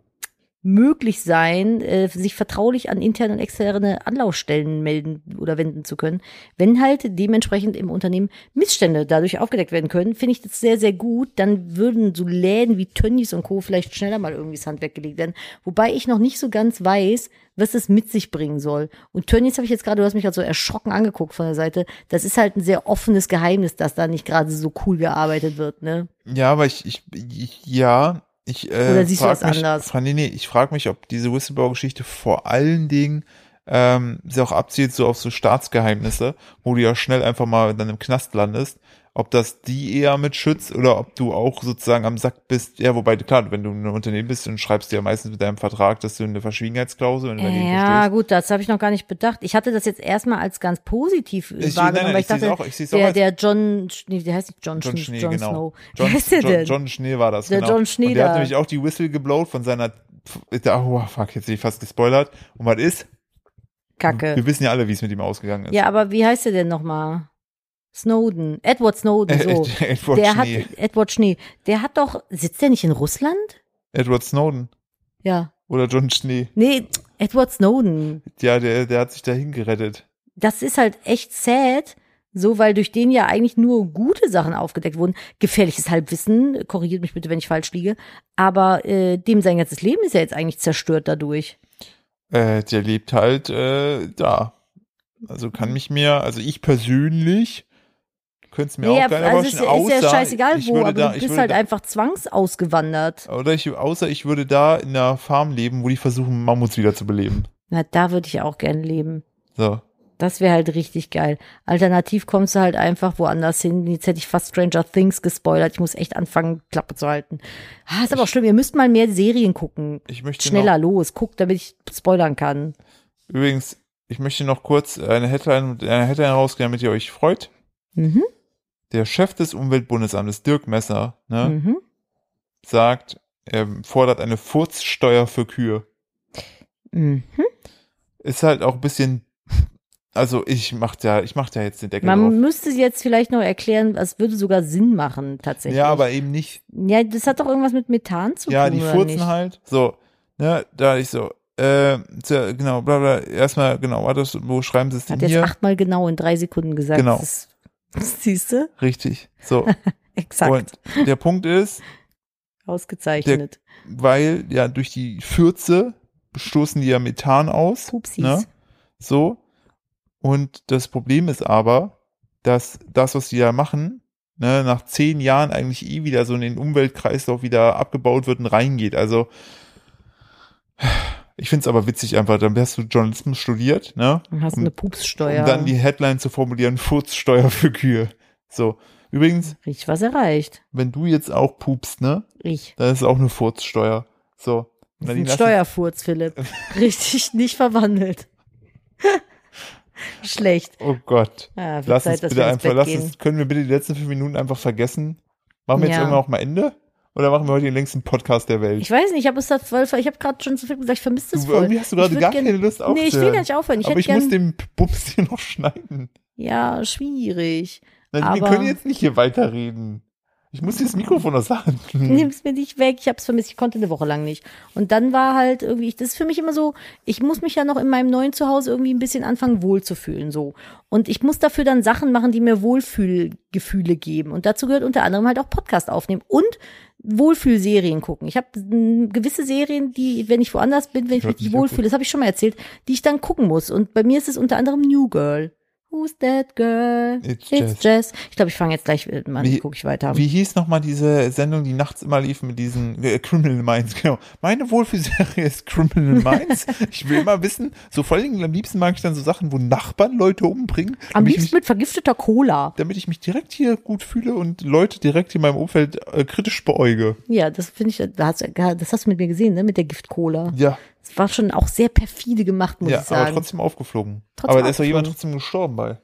möglich sein, äh, sich vertraulich an interne und externe Anlaufstellen melden oder wenden zu können, wenn halt dementsprechend im Unternehmen Missstände dadurch aufgedeckt werden können, finde ich das sehr, sehr gut. Dann würden so Läden wie Tönnies und Co. vielleicht schneller mal irgendwie das Handwerk gelegt werden. Wobei ich noch nicht so ganz weiß, was es mit sich bringen soll. Und Tönnies habe ich jetzt gerade, du hast mich gerade so erschrocken angeguckt von der Seite. Das ist halt ein sehr offenes Geheimnis, dass da nicht gerade so cool gearbeitet wird, ne?
Ja, aber ich, ich, ich ja, ich äh,
Oder siehst du
frag
das
mich,
anders?
Fra- Nee, nee, ich frage mich, ob diese Whistleblower-Geschichte vor allen Dingen ähm, sie auch abzielt so auf so Staatsgeheimnisse, wo du ja schnell einfach mal dann im Knast landest, ob das die eher mitschützt oder ob du auch sozusagen am Sack bist. Ja, wobei, klar, wenn du ein Unternehmen bist, dann schreibst du ja meistens mit deinem Vertrag, dass du eine Verschwiegenheitsklausel, wenn du dagegen
Ja,
verstößt.
gut, das habe ich noch gar nicht bedacht. Ich hatte das jetzt erstmal als ganz positiv
Ich- nein,
wahrgenommen,
nein, ich
weil ich
seh's
dachte,
auch- ich seh's auch
der,
als-
der John, nee, der heißt nicht John,
John
John
Schnee,
John
genau.
Snow.
John,
Wer ist der
John,
denn?
John Schnee war das,
Der
genau.
John Schnee
und der
da.
hat nämlich auch die Whistle geblowt von seiner, da, oh fuck, jetzt bin ich fast gespoilert. Und was ist?
Kacke.
Wir wissen ja alle, wie es mit ihm ausgegangen ist.
Ja, aber wie heißt der denn nochmal? Snowden. Edward Snowden,
Äh,
so.
Ed- Edward
der
Schnee.
hat, Edward Schnee, der hat doch, sitzt der nicht in Russland?
Edward Snowden
Ja.
oder John Schnee.
Nee, Edward Snowden.
Ja, der, der hat sich dahin gerettet.
Das ist halt echt sad. So, weil durch den ja eigentlich nur gute Sachen aufgedeckt wurden. Gefährliches Halbwissen, korrigiert mich bitte, wenn ich falsch liege. Aber äh, dem sein ganzes Leben ist ja jetzt eigentlich zerstört dadurch.
Äh, der lebt halt äh, da. Also kann mich mir, also ich persönlich Könnte es mir
Nee,
auch keiner
also ist,
vorstellen,
ist
außer
ja scheißegal
ich
wo,
würde
aber
da,
du
ich
bist
würde
halt
da,
einfach zwangsausgewandert.
oder ich, außer ich würde da in einer Farm leben, wo die versuchen, Mammuts wieder zu beleben.
Na, da würde ich auch gern leben.
So.
Das wäre halt richtig geil. Alternativ kommst du halt einfach woanders hin. Jetzt hätte ich fast Stranger Things gespoilert. Ich muss echt anfangen, Klappe zu halten. Ah, ist aber auch schlimm. Ihr müsst mal mehr Serien gucken.
Ich möchte
Schneller los. Guckt, damit ich spoilern kann.
Noch, übrigens, ich möchte noch kurz eine Headline, eine Headline rausgehen, damit ihr euch freut.
Mhm.
Der Chef des Umweltbundesamtes, Dirk Messer, ne,
Mhm.
sagt, er fordert eine Furzsteuer für Kühe.
Mhm.
Ist halt auch ein bisschen, also ich mach da, ich mach da jetzt den Deckel
Man
drauf.
müsste jetzt vielleicht noch erklären, es würde sogar Sinn machen, tatsächlich.
Ja, aber eben nicht.
Ja, das hat doch irgendwas mit Methan zu
Ja,
tun.
die
oder
furzen
nicht?
halt. So, ne, da ich so, äh, tja, genau, bla bla, erstmal, genau, warte, wo schreiben sie es denn
Hat jetzt
hier?
achtmal genau in drei Sekunden gesagt.
Genau.
Das ist, siehst du?
Richtig. So,
Exakt.
und der Punkt ist,
Ausgezeichnet.
weil ja durch die Fürze stoßen die ja Methan aus.
Pupsis.
Ne? So. Und das Problem ist aber, dass das, was die da machen, ne, nach zehn Jahren eigentlich eh wieder so in den Umweltkreislauf wieder abgebaut wird und reingeht. Also ich find's aber witzig einfach, dann hast du Journalismus studiert, ne?
Und hast
Um-
eine Pupssteuer.
Um dann die Headline zu formulieren, Furzsteuer für Kühe. So. Übrigens,
Richtig was erreicht.
wenn du jetzt auch pupst, ne?
Ich.
Dann ist es auch eine Furzsteuer. So. Und dann
Das ist ein
lassen-
Steuerfurz, Philipp. Richtig nicht verwandelt. Schlecht.
Oh Gott.
Ah, wird
Lass
Zeit,
uns
dass
bitte
wir ins
einfach,
Bett
lass
gehen.
uns, können wir bitte die letzten fünf Minuten einfach vergessen? Machen wir jetzt
Ja.
irgendwann auch mal Ende? Oder machen wir heute den längsten Podcast der Welt?
Ich weiß nicht, ich habe es da voll, ich habe gerade schon zu viel gesagt, ich vermisse das
du,
voll.
irgendwie hast du gerade
Ich würd
gar
gern-
keine Lust aufzuhören.
Nee, ich will gar nicht aufhören. Ich
Aber
hätte
ich muss
gern,
den Bums hier noch schneiden.
ja, schwierig.
Nein, wir
Aber-
können jetzt nicht hier weiterreden. Ich muss dieses Mikrofon aus der Hand nehmen.
Nimm's mir nicht weg, ich hab's vermisst, ich konnte eine Woche lang nicht. Und dann war halt irgendwie, ich, das ist für mich immer so, ich muss mich ja noch in meinem neuen Zuhause irgendwie ein bisschen anfangen wohlzufühlen, so. Und ich muss dafür dann Sachen machen, die mir Wohlfühlgefühle geben. Und dazu gehört unter anderem halt auch Podcast aufnehmen und Wohlfühlserien gucken. Ich habe gewisse Serien, die, wenn ich woanders bin, wenn ich
Hört
mich nicht
sich ja
wohlfühle, das habe ich schon mal erzählt, die ich dann gucken muss. Und bei mir ist es unter anderem New Girl. Who's that girl?
It's Jess.
It's Jess. Ich glaube, ich fange jetzt gleich, äh, mal
Wie-
gucke ich weiter.
Wie hieß nochmal diese Sendung, die nachts immer lief mit diesen äh, Criminal Minds? Genau. Meine Wohlfühlserie ist Criminal Minds. ich will mal wissen, so vor allen Dingen am liebsten mag ich dann so Sachen, wo Nachbarn Leute umbringen.
Am
damit ich mich-
liebsten mit vergifteter Cola.
damit ich mich direkt hier gut fühle und Leute direkt in meinem Umfeld äh, kritisch beäuge.
Ja, das finde ich, da hast, du- das hast du mit mir gesehen, ne? Mit der Giftcola.
Ja,
Das war schon auch sehr perfide gemacht, muss
ja
ich
aber
sagen.
trotzdem aufgeflogen.
Trotzdem
aber da ist doch jemand
aufgeflogen.
trotzdem gestorben bei.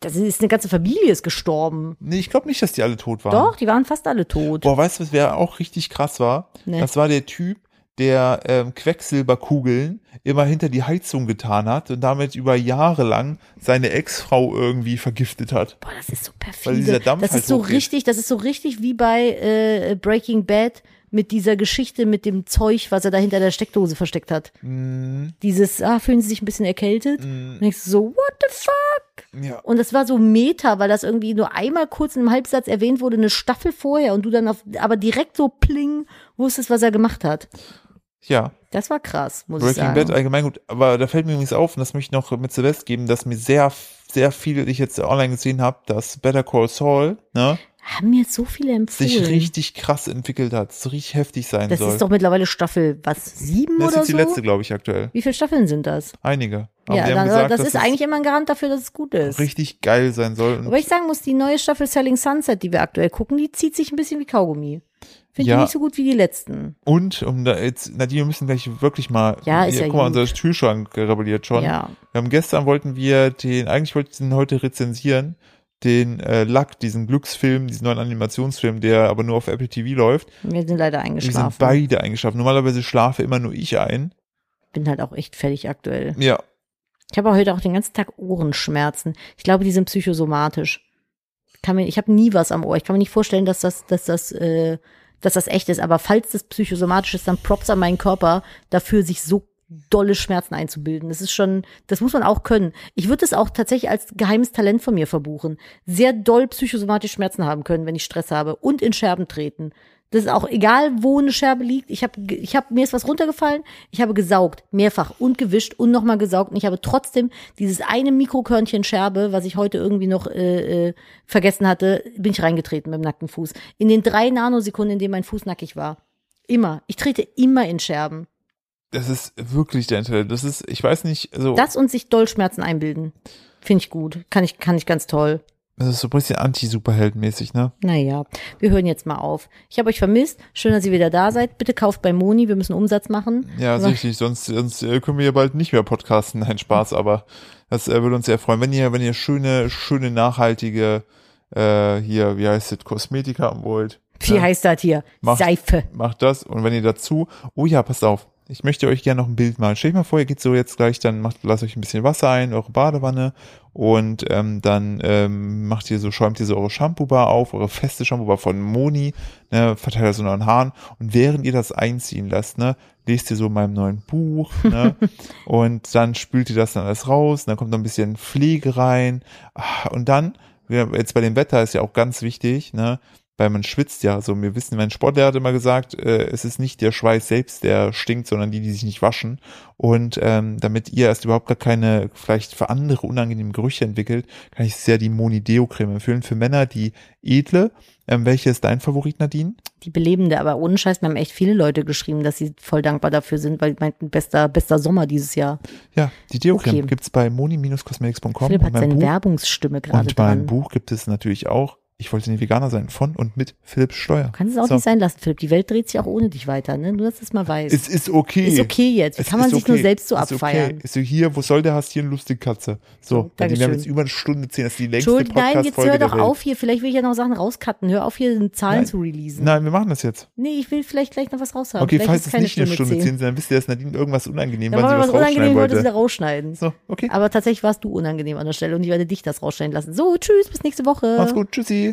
das ist eine ganze Familie ist gestorben.
Nee, ich glaube nicht, dass die alle tot waren.
Doch, die waren fast alle tot.
Boah, weißt du, was wer auch richtig krass war?
Nee.
Das war der Typ, der ähm, Quecksilberkugeln immer hinter die Heizung getan hat und damit über Jahre lang seine Ex-Frau irgendwie vergiftet hat.
Boah, das ist so
Weil dieser
perfide.
Dampf
das
halt
ist so
hochgeht.
richtig, das ist so richtig wie bei äh, Breaking Bad mit dieser Geschichte mit dem Zeug, was er da hinter der Steckdose versteckt hat.
Mm,
Dieses, ah, fühlen Sie sich ein bisschen erkältet? Und
mm,
denkst du so, what the fuck?
ja.
Und das war so Meta, weil das irgendwie nur einmal kurz in einem Halbsatz erwähnt wurde, eine Staffel vorher und du dann auf, aber direkt so pling wusstest, was er gemacht hat.
ja,
Das war krass, muss ich
Breaking
sagen.
Bad allgemein gut, aber da fällt mir übrigens auf, und das möchte ich noch mit Silvest geben, dass mir sehr, sehr viele, die ich jetzt online gesehen habe, dass Better Call Saul ne,
Haben mir jetzt so viele empfohlen.
sich richtig krass entwickelt hat, so richtig heftig sein
das
soll.
ist doch mittlerweile Staffel, was, sieben
das ist
oder
jetzt die
so?
letzte, glaube ich, aktuell.
Wie viele Staffeln sind das?
Einige.
ja,
die
dann, das
dass
ist
es
eigentlich immer ein Garant dafür, dass es gut ist.
richtig geil sein soll. Und
Aber ich sagen muss, die neue Staffel Selling Sunset, die wir aktuell gucken, die zieht sich ein bisschen wie Kaugummi. Finde
Ja.
ich nicht so gut wie die letzten.
Und, um da jetzt, Nadine, wir müssen gleich wirklich mal.
Ja, ist
hier,
ja
guck mal,
gut.
unser Türschrank rebelliert schon.
Ja.
Wir haben gestern wollten wir den, eigentlich wollten wir den heute rezensieren, den äh, Luck, diesen Glücksfilm, diesen neuen Animationsfilm, der aber nur auf Apple TV läuft.
Wir sind leider
Wir sind
eingeschlafen.
beide eingeschlafen. Normalerweise schlafe immer nur ich ein.
Bin halt auch echt fertig aktuell.
Ja.
Ich habe heute auch den ganzen Tag Ohrenschmerzen. Ich glaube, die sind psychosomatisch. Ich Kann mir, ich habe nie was am Ohr. Ich kann mir nicht vorstellen, dass das, dass das, äh, dass das echt ist. Aber falls das psychosomatisch ist, dann props an meinen Körper dafür, sich so dolle Schmerzen einzubilden. Das ist schon, das muss man auch können. Ich würde es auch tatsächlich als geheimes Talent von mir verbuchen. Sehr doll psychosomatisch Schmerzen haben können, wenn ich Stress habe und in Scherben treten. Das ist auch egal, wo eine Scherbe liegt. Ich habe, ich hab, mir ist was runtergefallen. Ich habe gesaugt, mehrfach und gewischt und nochmal gesaugt. Und ich habe trotzdem dieses eine Mikrokörnchen Scherbe, was ich heute irgendwie noch äh, äh, vergessen hatte, bin ich reingetreten mit dem nackten Fuß. In den drei Nanosekunden, in denen mein Fuß nackig war. Immer. Ich trete immer in Scherben.
Das ist wirklich der Internet. Das ist, ich weiß nicht, also
Das und sich Dollschmerzen einbilden. Finde ich gut. Kann ich, kann ich ganz toll.
das ist so ein bisschen anti-Superheldenmäßig, ne?
Naja, wir hören jetzt mal auf. Ich habe euch vermisst. Schön, dass ihr wieder da seid. Bitte kauft bei Moni. Wir müssen Umsatz machen.
Ja,
Aber-
richtig. Sonst, sonst äh, können wir ja bald nicht mehr podcasten. Nein, Spaß,
Hm.
aber das äh, würde uns sehr freuen. Wenn ihr, wenn ihr schöne, schöne, nachhaltige, äh, hier, wie heißt es, Kosmetika haben wollt,
Wie heißt das hier?
Macht-
Seife.
macht das. Und wenn ihr dazu, oh ja, passt auf, ich möchte euch gerne noch ein Bild malen. Stellt euch mal vor, ihr geht so jetzt gleich, dann macht, lasst euch ein bisschen Wasser ein, eure Badewanne und ähm, dann ähm, macht ihr so, schäumt ihr so eure Shampoo-Bar auf, eure feste Shampoo-Bar von Moni, ne, verteilt das unter euren Haaren und während ihr das einziehen lasst, ne, lest ihr so in meinem neuen Buch, ne, und dann spült ihr das dann alles raus, und dann kommt noch ein bisschen Pflege rein Ah, und dann, ja, jetzt bei dem Wetter ist ja auch ganz wichtig, ne, weil man schwitzt ja so. Wir wissen, mein Sportlehrer hat immer gesagt, äh, es ist nicht der Schweiß selbst, der stinkt, sondern die, die sich nicht waschen. Und ähm, damit ihr erst überhaupt gar keine, vielleicht für andere unangenehmen Gerüche entwickelt, kann ich sehr die Moni Deo Creme empfehlen. Für Männer die edle. Ähm, welche ist dein Favorit, Nadine?
Die belebende, aber ohne Scheiß, mir haben echt viele Leute geschrieben, dass sie voll dankbar dafür sind, weil meinten, bester, bester Sommer dieses Jahr.
Ja, die Deo Creme
Okay.
gibt's bei moni-cosmetics.com.
Philipp
Und
hat
mein
seine
Buch,
Werbungsstimme gerade
und mein
dran. Du
Buch gibt es natürlich auch. Ich wollte nie Veganer sein von und mit Philipp Steuer.
kannst es auch
So.
nicht sein lassen, Philipp. Die Welt dreht sich auch ohne dich weiter, ne? Nur, dass du es mal weißt.
Es ist okay.
Ist okay jetzt. Wie
Es
kann man
ist
sich nur selbst so
Ist
abfeiern?
Okay. Ist so hier, wo soll der Hastieren, lustige Katze? So,
Dankeschön.
wir haben jetzt über eine Stunde zehn, das ist die längste
Entschuldigung, nein, jetzt
Podcast-Folge
hör
der
doch
Welt.
auf hier. Vielleicht will ich ja noch Sachen rauscutten. Hör auf hier Zahlen
Nein.
zu releasen.
Nein, wir machen das jetzt.
Nee, ich will vielleicht gleich noch was raushaben.
Okay,
vielleicht
falls
ist
es
keine
nicht eine Stunde
zehn.
zehn sind, dann wisst ihr, dass Nadine irgendwas unangenehm
Dann
war,
war
sie was
mir was unangenehm,
rausschneiden
wollte
wollte.
sie da rausschneiden.
So, okay.
Aber tatsächlich warst du unangenehm an der Stelle und ich werde dich das rausschneiden lassen. So, tschüss, bis nächste Woche.
Macht's gut. Tschüssi.